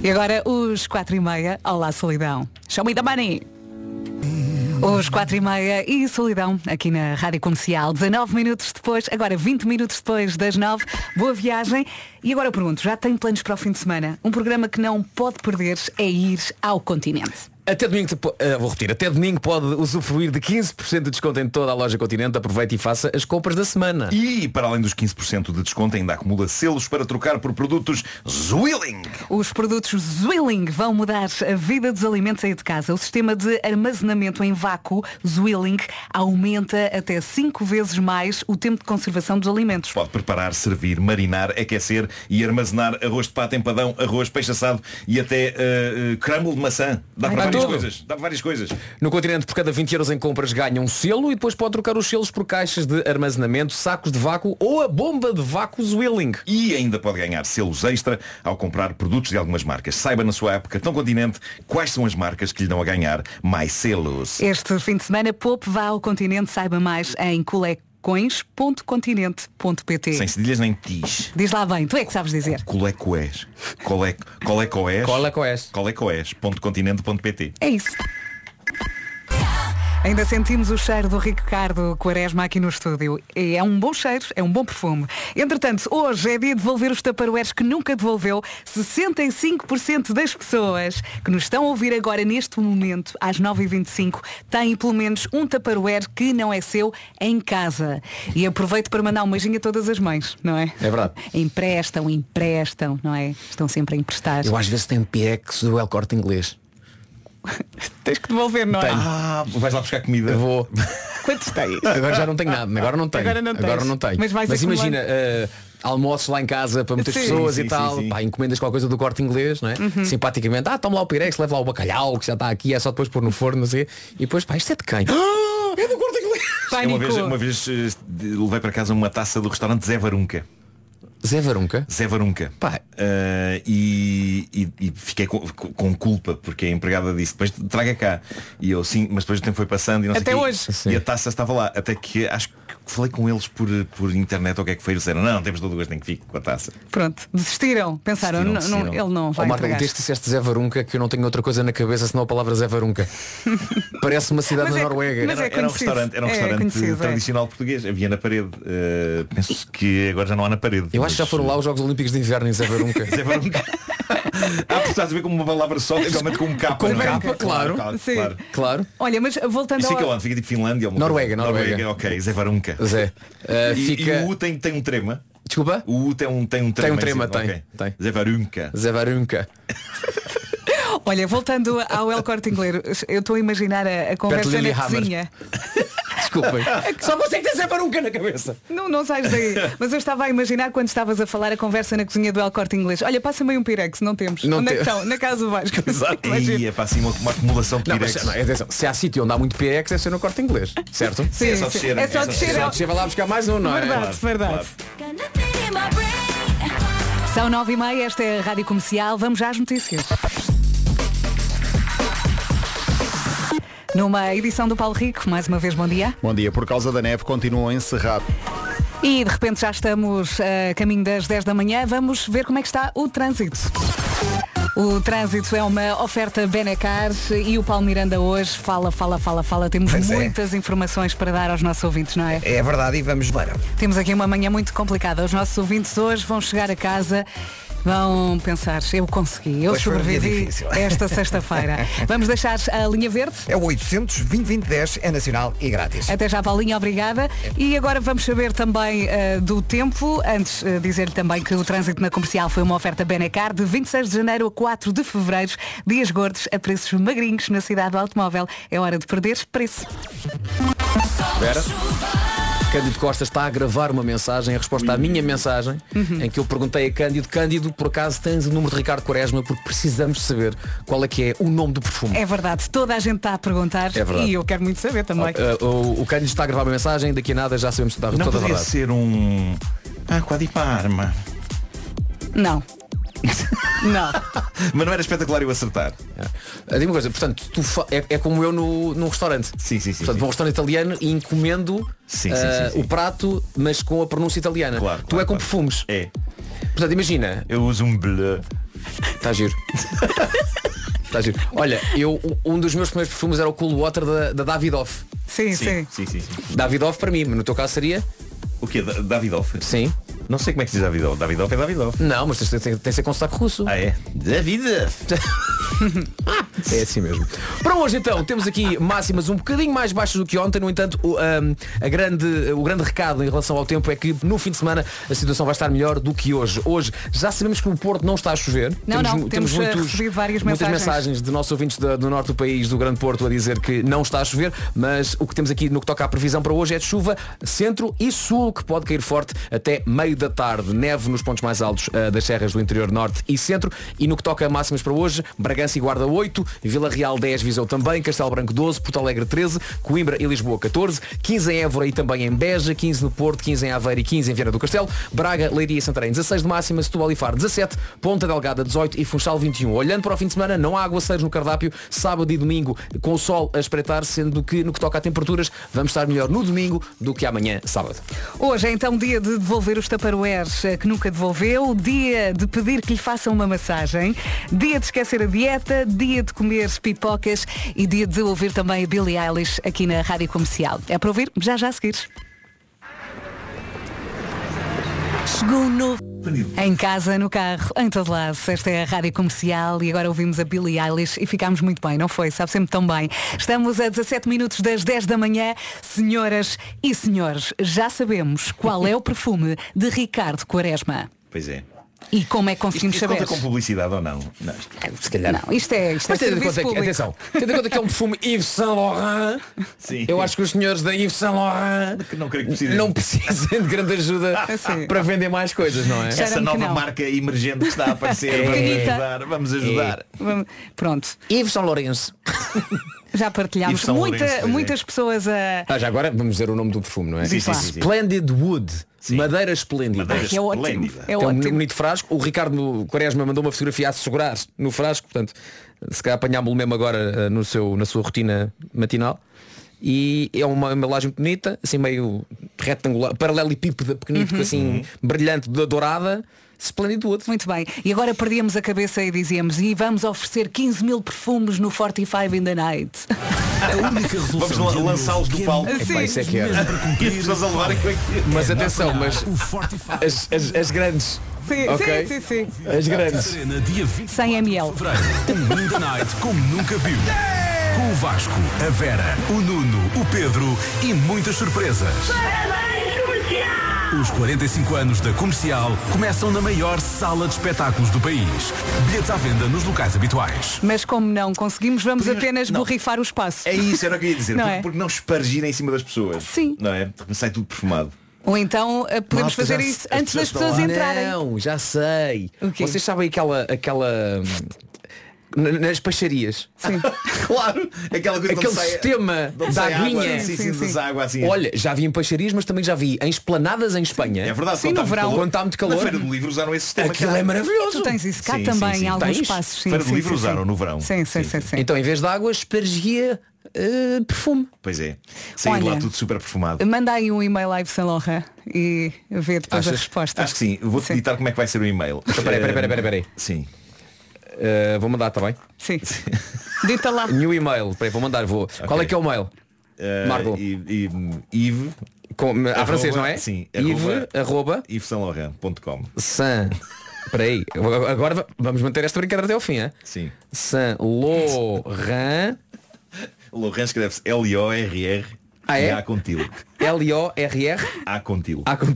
A: E agora os 4 e meia. Olá, solidão. Show me the money. Os 4 e meia e solidão aqui na Rádio Comercial. 19 minutos depois, agora 20 minutos depois das 9. Boa viagem. E agora eu pergunto, já tem planos para o fim de semana? Um programa que não pode perder é ir ao continente.
I: Até domingo, te po- eh, vou repetir, até domingo pode usufruir de 15% de desconto em toda a loja Continente. Aproveite e faça as compras da semana.
F: E para além dos 15% de desconto, ainda acumula selos para trocar por produtos Zwilling.
A: Os produtos Zwilling vão mudar a vida dos alimentos aí de casa. O sistema de armazenamento em vácuo Zwilling aumenta até 5 vezes mais o tempo de conservação dos alimentos.
F: Pode preparar, servir, marinar, aquecer e armazenar arroz de pato empadão, arroz, peixe assado e até eh, eh, crumble de maçã. Dá para
I: Dá
F: várias
I: tudo.
F: coisas. Dá para várias coisas.
I: No continente, por cada 20 euros em compras ganha um selo e depois pode trocar os selos por caixas de armazenamento, sacos de vácuo ou a bomba de vácuo Zwilling.
F: E ainda pode ganhar selos extra ao comprar produtos de algumas marcas. Saiba na sua app Cartão Continente quais são as marcas que lhe dão a ganhar mais selos.
A: Este fim de semana, Poupe vá ao continente, saiba mais em colecões.continente.pt.
F: Sem cedilhas nem tis.
A: Diz lá bem, tu é que sabes dizer.
F: Colecoes. Cole- Colecoes.
I: Colecoes.
F: Colecoes.continente.pt
A: É isso. Ainda sentimos o cheiro do Ricardo Quaresma aqui no estúdio. E é um bom cheiro, é um bom perfume. Entretanto, hoje é dia de devolver os taparoeiros que nunca devolveu. 65% das pessoas que nos estão a ouvir agora neste momento, às 9h25, têm pelo menos um taparoeiro que não é seu em casa. E aproveito para mandar um beijinho a todas as mães, não é?
I: É verdade.
A: Emprestam, emprestam, não é? Estão sempre a emprestar.
I: Eu às vezes tenho PX do El Corte Inglês.
A: Tens que devolver, não é?
F: Ah, vais lá buscar comida.
I: Vou.
A: Quantos tens?
I: Agora já não tenho nada, agora não tenho.
A: Agora não tens.
I: tenho.
A: Mas
I: Mas,
A: vais acumulando.
I: imagina, eh, almoços lá em casa para muitas
A: Sim.
I: pessoas
A: Sim,
I: e
A: sim,
I: tal,
A: sim, sim.
I: Pá, encomendas qualquer coisa do corte inglês, não é?
A: Uhum.
I: Simpaticamente, ah, toma lá o pirex, leva lá o bacalhau que já está aqui, é só depois pôr no forno, não sei. E depois, pá, isto é de quem?
F: É do Corte Inglês. Uma vez,
I: Pânico.
F: uma vez eh, de- levei para casa uma taça do restaurante Zé Varunca.
I: Zé Varunca?
F: Zé Varunca. Eh, e, e- e fiquei com, com- com culpa porque a empregada disse, depois traga cá. E eu sim, mas depois o tempo foi passando e não
A: Até
F: sei quê.
A: hoje.
F: E a taça estava lá. Até que acho que falei com eles por, por internet ou o que é que foi. Eles disseram, não, temos todo o gosto em que fique com a taça.
A: Pronto, desistiram. Pensaram,
F: Desistiram,
A: "Não, não,
F: desistiram."
A: ele não vai
I: Ó Marco,
A: entregar.
I: desde Oh, que disseste Zé Varunca que eu não tenho outra coisa na cabeça senão a palavra Zé Varunca. Parece uma cidade
A: Mas
I: da
A: é-
I: Noruega.
A: mas é
F: Era um
A: conhecido.
F: restaurante, era um
A: É
F: restaurante
A: conhecido, é.
F: tradicional português. Havia na parede. Eh, penso que agora já não há na parede.
I: Eu acho que já
F: mas- eh,
I: foram lá os Jogos Olímpicos de Inverno em Zé Varunca.
F: Zé Varunca. ah, porque estás a ver como uma palavra só, realmente com um capa.
I: Com
F: não é?
I: capa, claro.
F: Claro,
A: Sim.
F: claro.
I: Claro.
A: Olha, mas voltando
F: Isso
A: ao...
F: fica onde? Fica tipo Finlândia? alguma
I: Noruega,
F: coisa?
I: Noruega.
F: Ok, Zé Varunca.
I: Zé. Eh,
F: e,
I: fica-
F: e o U tem, tem um trema.
I: Desculpa?
F: O U tem um, tem um
I: Tem
F: trema.
I: um trema,
F: em
I: tem,
F: cima, ok. Zé Varunca.
I: Zé Varunca.
A: Olha, voltando ao El Corte Inglês, eu estou a imaginar a, a conversa
I: Lily
A: na
I: Hammer.
A: cozinha.
I: Desculpem. Só você É que tem Zé Varunca na cabeça.
A: Não, não sais daí. Mas eu estava a imaginar quando estavas a falar a conversa na cozinha do El Corte Inglês. Olha, passa-me aí um pirex, não temos.
I: Não
A: Onde é que
I: tem-
A: estão? Na casa do Vasco.
F: E é para assim uma, uma acumulação de
I: Não, mas,
F: pirex.
I: não, é. atenção, se há sítio onde há muito PX é ser no corte inglês, certo?
A: Sim, É só sim. descer, É só é só descer. descer.
I: É só descer, vai lá buscar mais um, não é?
A: Verdade, verdade. São nove e meia, esta é a Rádio Comercial. Vamos já às notícias. Numa edição do Paulo Rico, mais uma vez bom dia.
B: Bom dia. Por causa da neve, continua encerrado.
A: E de repente já estamos eh, a caminho das 10 da manhã. Vamos ver como é que está o trânsito. O trânsito é uma oferta Benecar e o Paulo Miranda hoje fala, fala, fala, fala. Temos
C: Pois é.
A: muitas informações para dar aos nossos ouvintes, não é?
C: É verdade e vamos ver.
A: Temos aqui uma manhã muito complicada. Os nossos ouvintes hoje vão chegar a casa, vão pensar, eu consegui, eu
C: Hoje foi um dia
A: sobrevivi
C: difícil.
A: esta sexta-feira. Vamos deixar a linha verde?
C: É o 800 2010 é nacional e grátis.
A: Até já, Paulinha, obrigada. E agora vamos saber também eh, do tempo. Antes, eh, dizer-lhe também que o trânsito na comercial foi uma oferta Benacar de 26 de janeiro a 4 de fevereiro. Dias gordos a preços magrinhos na cidade do automóvel. É hora de perder preço.
I: Vera. Cândido Costa está a gravar uma mensagem em resposta à minha mensagem, em que eu perguntei a Cândido, Cândido, por acaso tens o número de Ricardo Quaresma porque precisamos saber qual é que é o nome do perfume.
A: É verdade, toda a gente está a perguntar
I: É verdade.
A: e eu quero muito saber também.
I: Ah, o, o Cândido está a gravar uma mensagem, daqui a nada já sabemos toda,
F: Não
I: toda a
F: poderia
I: verdade.
F: ser um. Aqua di Parma.
I: eh.
A: Não. Não.
F: Mas não era espetacular eu acertar.
I: Ah, Diga uma coisa, portanto, tu fa- é, é como eu no, num restaurante.
F: Sim, sim, sim.
I: Portanto, vou ao restaurante italiano e encomendo
F: Sim,
I: ah,
F: sim, sim, sim.
I: o prato, mas com a pronúncia italiana. tu é com perfumes.
F: É.
I: Portanto, imagina.
F: Eu uso um bleu.
I: Está giro. Está Tá giro. Olha, eu, um dos meus primeiros perfumes era o Cool Water da, da Davidoff.
A: Sim,
F: Sim, sim, sim. sim.
I: Davidoff para mim, mas no teu caso seria?
F: O quê? Da- Davidoff?
I: Sim.
F: Não sei como é que se diz Davidoff. Davidoff é Davidoff.
I: Não, mas tem, tem, tem de ser com sotaque russo.
F: Ah, é? Davidoff.
I: É assim mesmo. Para hoje então, temos aqui máximas um bocadinho mais baixas do que ontem, no entanto, o, ahm, a grande, o grande recado em relação ao tempo é que no fim de semana a situação vai estar melhor do que hoje. Hoje já sabemos que no Porto não está a chover.
A: Não, não,
I: mu-
A: temos, eh, recebido várias
I: muitas
A: mensagens.
I: mensagens de nossos ouvintes da- do norte do país, do Grande Porto, a dizer que não está a chover, mas o que temos aqui no que toca à previsão para hoje é de chuva centro e sul, que pode cair forte até meio da tarde. Neve nos pontos mais altos ah, das serras do interior norte e centro. E no que toca a máximas para hoje, Bragança e Guarda 8, Vila Real 10, Viseu também, Castelo Branco 12, Porto Alegre 13, Coimbra e Lisboa 14, 15 em Évora e também em Beja, 15 no Porto, 15 em Aveiro e 15 em Viana do Castelo, Braga, Leiria e Santarém 16 de máxima, Setúbal e Faro 17, Ponta Delgada 18 e Funchal 21. Olhando para o fim de semana, não há aguaceiros no cardápio, sábado e domingo com o sol a espreitar, sendo que no que toca a temperaturas, vamos estar melhor no domingo do que amanhã, sábado.
A: Hoje é então dia de devolver os taparoeiros eh, que nunca devolveu, dia de pedir que lhe façam uma massagem, dia de esquecer a dieta, dia de comer pipocas e dia de ouvir também a Billie Eilish aqui na Rádio Comercial. É para ouvir já já a seguir. Chegou um novo. Em casa, no carro, em todo lado. Esta é a Rádio Comercial e agora ouvimos a Billie Eilish e ficámos muito bem, não foi? Sabe sempre tão bem. Estamos a 17 minutos das 10 da manhã. Senhoras e senhores, já sabemos qual é o perfume de Ricardo Quaresma.
F: Pois é.
A: E como é que conseguimos
F: Isto
A: saber?
F: conta com publicidade ou não? Não,
I: se calhar.
A: Não, isto é, isto é
I: Mas tendo em
A: serviço
I: conta que,
A: público.
I: atenção, tendo em conta que é um perfume Yves Saint Laurent, eu acho que os senhores da Yves Saint Laurent
F: não, precisem.
I: precisam de grande ajuda
A: É assim.
I: para vender mais coisas, não é?
F: Essa nova marca emergente que está a aparecer, vamos
I: Querida.
F: ajudar, vamos ajudar.
A: Vamos- Pronto.
I: Yves São Lourenço.
A: Já partilhámos
I: Yves Saint Laurent,
A: Muita-
I: pois é.
A: muitas pessoas a.
I: Ah, já agora vamos dizer o nome do perfume, não é?
A: Sim, sim, sim, sim.
I: Splendid Wood. Madeira esplêndida.
A: Madeira Ah, é ótimo. esplêndida. É
I: Tem um
A: ótimo.
I: bonito frasco. O Ricardo Quaresma mandou uma fotografia a segurar no frasco, portanto, se calhar apanhámos-lo mesmo agora eh, no seu, na sua rotina matinal. E é uma embalagem bonita, assim meio retangular, paralelepípeda, pequenito,
A: Uhum.
I: assim, brilhante, do- dourada. Splendid Wood.
A: Muito bem. E agora perdíamos a cabeça e dizíamos, e vamos oferecer 15 mil perfumes no 45 in the Night.
F: Vamos lan- lançá-los do palco.
A: Sim. Epá, isso é que era.
F: E as pessoas a levarem com aquilo.
I: Mas atenção, mas as, as, as grandes.
A: Sim,
I: ok?
A: sim, sim, sim.
I: As grandes.
G: Serena, dia 20 de
A: 100 ml.
G: fevereiro. Um In The Night como nunca viu. Com o Vasco, a Vera, o Nuno, o Pedro e muitas surpresas. Os 45 anos da Comercial começam na maior sala de espetáculos do país. Bilhetes à venda nos locais habituais.
A: Mas como não conseguimos, vamos apenas borrifar o espaço.
F: É isso, era o que eu ia dizer.
A: Não
F: porque,
A: é?
F: porque não espargir em cima das pessoas.
A: Sim.
F: Não é? Sai tudo perfumado.
A: Ou então eh, podemos
I: Malta,
A: fazer
I: já-
A: isso
I: as
A: antes das
I: estão
A: pessoas
I: lá.
A: entrarem.
I: Não, já sei. Vocês sabem aquela. aquela hum, n- nas peixarias.
A: Sim.
F: claro. Aquela coisa de
I: Aquele
F: onde sai-
I: sistema
F: de onde
I: da
F: sai água,
I: aguinha.
F: sim, sim, sim. da água, assim.
I: Olha, já vi em peixarias, mas também já vi em esplanadas em Espanha.
F: É verdade,
I: Sim,
F: quando
I: no
F: está muito
I: verão.
F: calor-
I: Quando está muito
F: Na
I: calor.
F: Feira do Livro usaram esse sistema.
I: Aquilo
F: cá.
I: é maravilhoso.
A: Tu tens isso cá também em alguns espaços. Sim, sim, sim, sim. Sim, sim, sim, sim.
I: Então, em vez de água, espargia eh, perfume.
F: Pois é. Saiu
A: Olha,
F: lá tudo super perfumado.
A: Manda aí um e-mail à Yves Saint Laurent e vê depois a resposta.
F: Acho que sim. Vou-te ditar como é que vai ser o e-mail.
I: Então, peraí, peraí, peraí, peraí, peraí.
F: Sim.
I: Eh, vou
F: tá
I: mandar, também.
A: Sim. Dita lá.
I: New e-mail. Peraí, vou mandar, vou. Qual é que é o mail?
F: Eh,
I: Marco.
F: e- e- Yves.
I: Com, à
F: arroba-
I: francês, não é?
F: Sim.
I: Yves, arroba.
F: yvesanlaurent.com
I: San. Peraí, agora va- vamos manter esta brincadeira até ao fim, é?
F: Sim.
I: San Laurent
F: Laurent escreve-se L-O-R-R
I: Ah, é?
F: e A contigo.
I: L-O-R-R.
F: A contigo.
I: Ah, com-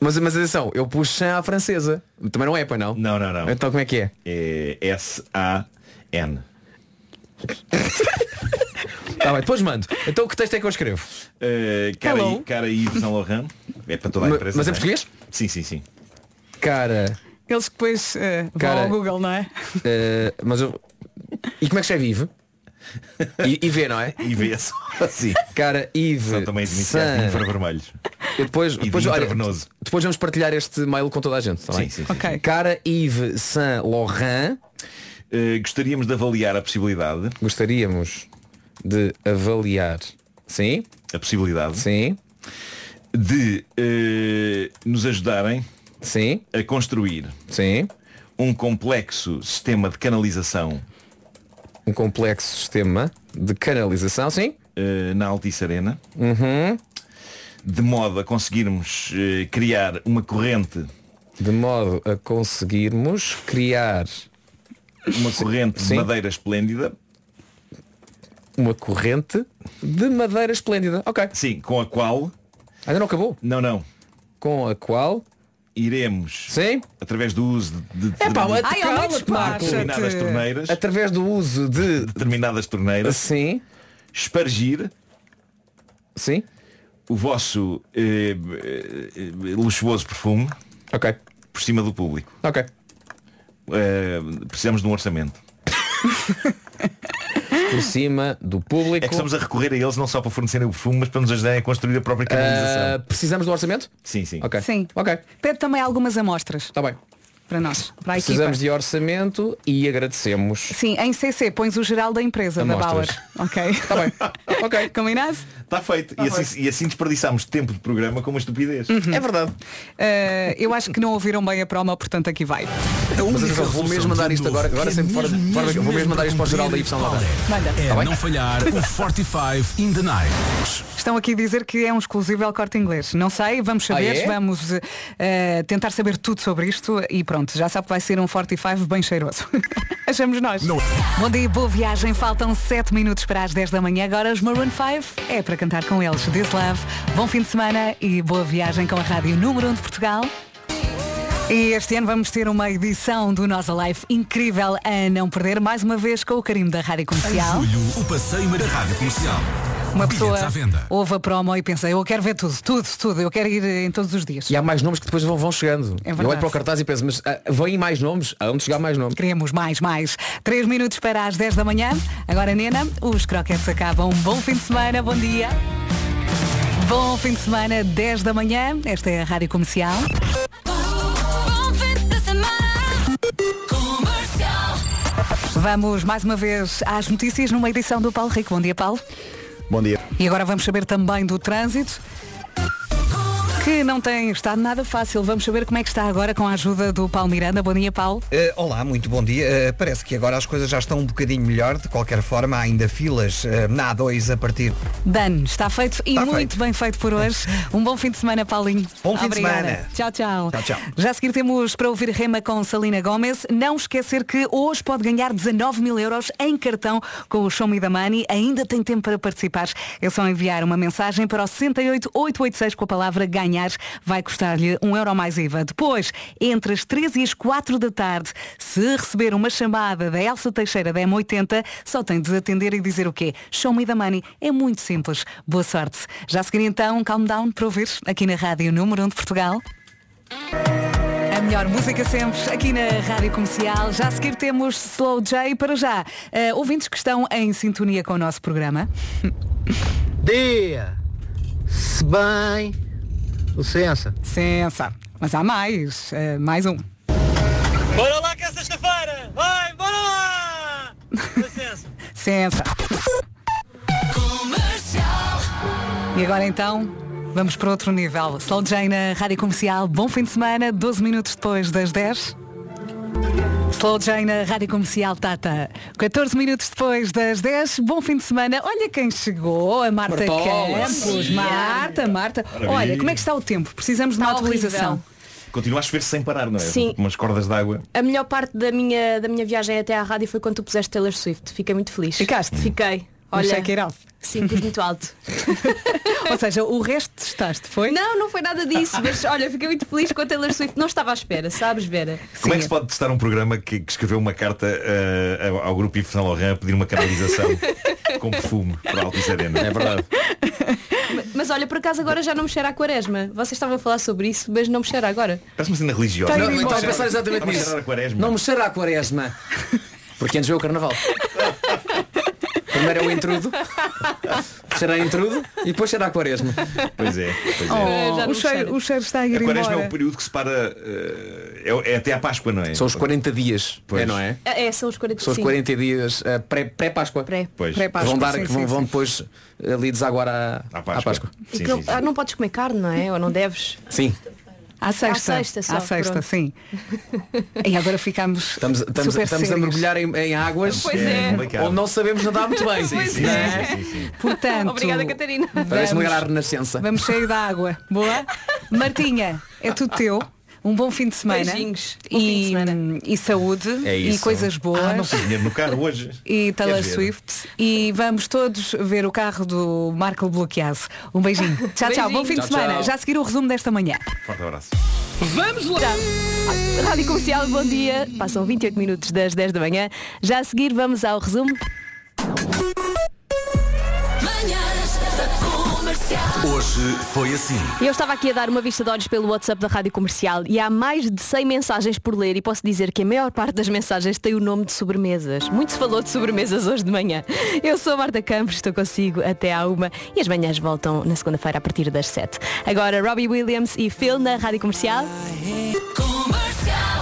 I: mas, mas atenção, eu pus San à francesa. Também não é, pois não?
F: Não, não, não.
I: Então como é que é?
F: É S-A-N.
I: Tá bem, depois mando. Então que texto é que eu escrevo?
F: Eh, cara,
I: Hello.
F: I- cara Yves Saint Laurent. É para toda a
I: Ma-
F: empresa.
I: mas é
F: não
I: português?
F: Sim, sim, sim.
I: Cara.
A: Eles que depois eh, vão
I: Cara,
A: ao Google, não é?
I: eh, mas eu... E como é que escreve Ive? I- IV, não é?
F: IV, sim.
I: Cara, Ive.
F: São também
I: San.
F: iniciados infravermelhos.
I: Eu depois,
F: de
I: depois, olha,
F: intravenoso.
I: depois vamos partilhar este mail com toda a gente, tá bem?
F: Sim, sim, sim,
I: Ok. Cara Yves Saint Laurent.
F: Eh, gostaríamos de avaliar a possibilidade.
I: Gostaríamos de avaliar. Sim?
F: A possibilidade.
I: Sim.
F: De eh, nos ajudarem
I: Sim.
F: a construir
I: Sim.
F: um complexo sistema de canalização.
I: Um complexo sistema de canalização, sim?
F: eh, na Altice Arena.
I: Uhum.
F: De modo a conseguirmos eh, criar uma corrente.
I: De modo a conseguirmos criar
F: uma corrente de madeira esplêndida.
I: Uma corrente de madeira esplêndida. Ok.
F: Sim, com a qual.
I: Ainda não acabou?
F: Não, não.
I: Com a qual
F: iremos
I: Sim?
F: através do uso de, de, de
I: Epá,
F: de-
A: Ai, ele
I: Cala-te, Marco.
F: determinadas torneiras
I: através do uso de
F: determinadas torneiras
I: Sim.
F: espargir
I: Sim.
F: o vosso eh, eh, luxuoso perfume
I: Ok.
F: por cima do público
I: Ok.
F: Eh, precisamos de um orçamento
I: Por cima do público.
F: é que estamos a recorrer a eles não só para fornecerem o perfume mas para nos ajudarem a construir a própria canalização
I: Ah, precisamos do orçamento?
F: sim sim
I: Ok.
A: Sim.
I: Ok.
A: Pede também algumas amostras
I: Está bem.
A: para nós, para a equipa.
I: Precisamos de orçamento e agradecemos.
A: Sim, em CC pões o geral da empresa,
I: Amostras.
A: da Bauer. Ok.
I: Está bem. Ok.
A: Combinado?
F: está feito
I: Tá
F: e, assim, e assim desperdiçámos tempo de programa com uma estupidez
I: É verdade.
A: Eh, eu acho que não ouviram bem a promo, portanto aqui vai.
I: Mas atenção, vou mesmo mandar isto agora, agora sempre fora, fora daqui, vou mesmo mandar isto para o geral da Y lá.
A: Manda.
G: É
I: Tá bem?
G: não falhar o 45 in the night.
A: Estão aqui a dizer que é um exclusivo ao corte inglês. Não sei, vamos saber,
I: Ah, é?
A: vamos eh, eh, tentar saber tudo sobre isto e pronto, já sabe que vai ser um 45 bem cheiroso. Achamos nós. Bom dia, boa viagem. Faltam 7 minutos para as 10 da manhã. Agora os Maroon 5 é para cantar com eles. This Love. Bom fim de semana e boa viagem com a Rádio Número 1 de Portugal. E este ano vamos ter uma edição do Nossa Life incrível a não perder, mais uma vez com o carinho da Rádio Comercial.
G: Em julho, o passeio na rádio comercial.
A: Uma pessoa
G: Bilhetes à venda.
A: ouve a promo e pensa, eu quero ver tudo, tudo, tudo, eu quero ir eh, em todos os dias.
I: E há mais nomes que depois vão, vão chegando.
A: É
I: Eu
A: verdade.
I: olho para o cartaz e penso, mas ah, vão aí mais nomes? Há onde chegar mais nomes?
A: Queremos mais, mais. Três minutos para as 10 da manhã. Agora, Nena, os croquetes acabam. Bom fim de semana, bom dia. Bom fim de semana, 10 da manhã. Esta é a Rádio Comercial.
K: Bom fim de semana. Comercial.
A: Vamos mais uma vez às notícias numa edição do Paulo Rico. Bom dia, Paulo.
B: Bom dia.
A: E agora vamos saber também do trânsito. Que não tem estado nada fácil. Vamos saber como é que está agora com a ajuda do Paulo Miranda. Bom dia, Paulo.
C: Eh, olá, muito bom dia. Eh, parece que agora as coisas já estão um bocadinho melhor. De qualquer forma, há ainda filas eh, na A2 a partir.
A: Dan, está feito e
C: Está
A: muito
C: feito.
A: bem feito por hoje. Um bom fim de semana, Paulinho.
C: Bom fim de
A: Obrigada.
C: semana.
A: Tchau, tchau.
C: Tchau, tchau.
A: Já a seguir temos para ouvir Rema com Salina Gomes. Não esquecer que hoje pode ganhar 19 mil euros em cartão com o Show Me the Money. Ainda tem tempo para participar. É só enviar uma mensagem para o 68886 com a palavra ganhar. Vai custar-lhe um euro mais IVA. Depois, entre as 13 e as 4 da tarde, se receber uma chamada da Elsa Teixeira da M80, só tem de atender e dizer o quê? Show Me the Money. É muito simples. Boa sorte. Já a seguir então, calm down para ouvir aqui na Rádio Número 1 de Portugal. A melhor música sempre aqui na Rádio Comercial. Já a seguir temos Slow J para já. eh, ouvintes que estão em sintonia com o nosso programa.
N: Dia! Se bem. Licença.
A: Sensa. Mas há mais. eh, mais um.
D: Bora lá que é sexta-feira! Vai, bora lá! Licença.
A: Sensa. E agora então, vamos para outro nível. Slow J na Rádio Comercial. Bom fim de semana, 12 minutos depois das 10. Slow J na Rádio Comercial Tata. 14 minutos depois das 10, bom fim de semana. Olha quem chegou, a Marta
I: Martola.
A: Campos.
I: Sim.
A: Marta, Marta.
F: Maravilha.
A: Olha, como é que está o tempo? Precisamos de uma
P: Está horrível.
A: atualização.
F: continua a chover sem parar não é
P: Sim.
F: umas cordas de água
I: É
P: A melhor parte da minha, da minha viagem até à rádio foi quando tu puseste Taylor Swift. Fiquei muito feliz. Ficaste? Fiquei.
A: Um
P: Olha,
A: check it out.
P: Sim, pus muito alto.
A: Ou seja, o resto testaste, foi?
P: Não, não foi nada disso. Mas, olha, fiquei muito feliz com a Taylor Swift. Não estava à espera, sabes, Vera?
F: Como é que se pode testar um programa que, que escreveu uma carta eh, ao- ao grupo Yves Saint Laurent a pedir uma canalização com perfume para a Altice Arena?
I: É verdade.
P: Mas, mas olha, por acaso agora já não me cheira a quaresma. Vocês estavam a falar sobre isso, mas não me cheira agora.
F: Parece uma cena religiosa.
I: Não, então a pensar exatamente
F: Estava a
I: nisso.
F: cheirar a quaresma.
I: Não me cheira a quaresma. Porque antes veio o carnaval. Primeiro é o intrudo. Cheira a intrudo e depois cheira a quaresma.
F: Pois é, pois é.
A: Oh, o, cheiro, o cheiro está a ir
F: A quaresma é
A: embora.
F: o período que separa. eh, é, é até à Páscoa, não é?
I: São os 40 dias, é, não é?
P: Ah, É, são os 40
I: São os 40 dias eh, pré- pré-Páscoa. Pré,
F: Pois.
A: Pré-Páscoa,
I: vão dar,
A: sim,
I: vão,
A: sim,
I: vão
A: sim.
I: depois ali desaguar à, à Páscoa. Ah,
P: Aquilo- ah, não podes comer carne, não é? Ou não deves?
I: Sim.
A: À sexta.
P: À sexta só,
A: À sexta,
P: pronto.
A: sim. E agora ficámos
I: Estamos, estamos,
A: super
I: estamos a
A: sérios.
I: mergulhar em, em águas
A: Pois é.
I: onde não sabemos nadar muito bem.
A: Pois
I: não
A: é. Portanto,
I: Obrigada,
A: Catarina.
I: Parece-me ligar à Renascença.
A: Vamos sair da água. Boa? Martinha, é tudo teu. Um bom fim de semana.
P: Beijinhos.
A: E, e saúde.
F: É
A: E
F: isso.
A: coisas boas.
F: Ah, não tem dinheiro no carro hoje.
A: E Taylor
F: Quer ver?
A: Swift. E vamos todos ver o carro do Marco Bloqueado. Um beijinho. Tchau, tchau. Bom
F: Beijinho.
A: fim de
F: Tchau,
A: semana.
F: tchau.
A: Já a seguir o resumo desta manhã.
F: Forte abraço.
A: Vamos lá!
Q: Rádio Comercial, bom dia. Passam 28 minutos das 10 da manhã. Já a seguir vamos ao resumo.
K: Manhãs da comercial.
G: Hoje foi assim.
Q: Eu estava aqui a dar uma vista de olhos pelo WhatsApp da Rádio Comercial e há mais de 100 mensagens por ler e posso dizer que a maior parte das mensagens tem o nome de sobremesas. Muito se falou de sobremesas hoje de manhã. Eu sou a Marta Campos, estou consigo até à uma e as manhãs voltam na segunda-feira a partir das 7. Agora Robbie Williams e Phil na Rádio Comercial.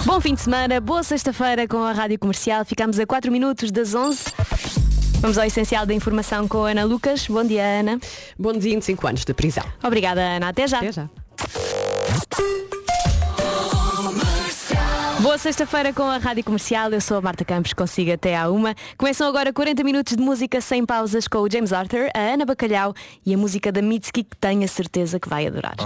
Q: Bom fim de semana, boa sexta-feira com a Rádio Comercial. Ficamos a 4 minutos das 11. Vamos ao essencial da informação com a Ana Lucas. Bom dia, Ana. Bom dia, 25 anos de prisão. Obrigada, Ana. Até já. Até já. Boa sexta-feira com a Rádio Comercial. Eu sou a Marta Campos, consigo até à uma. Começam agora 40 minutos de música sem pausas com o James Arthur, a Ana Bacalhau e a música da Mitski que tenho a certeza que vai adorar.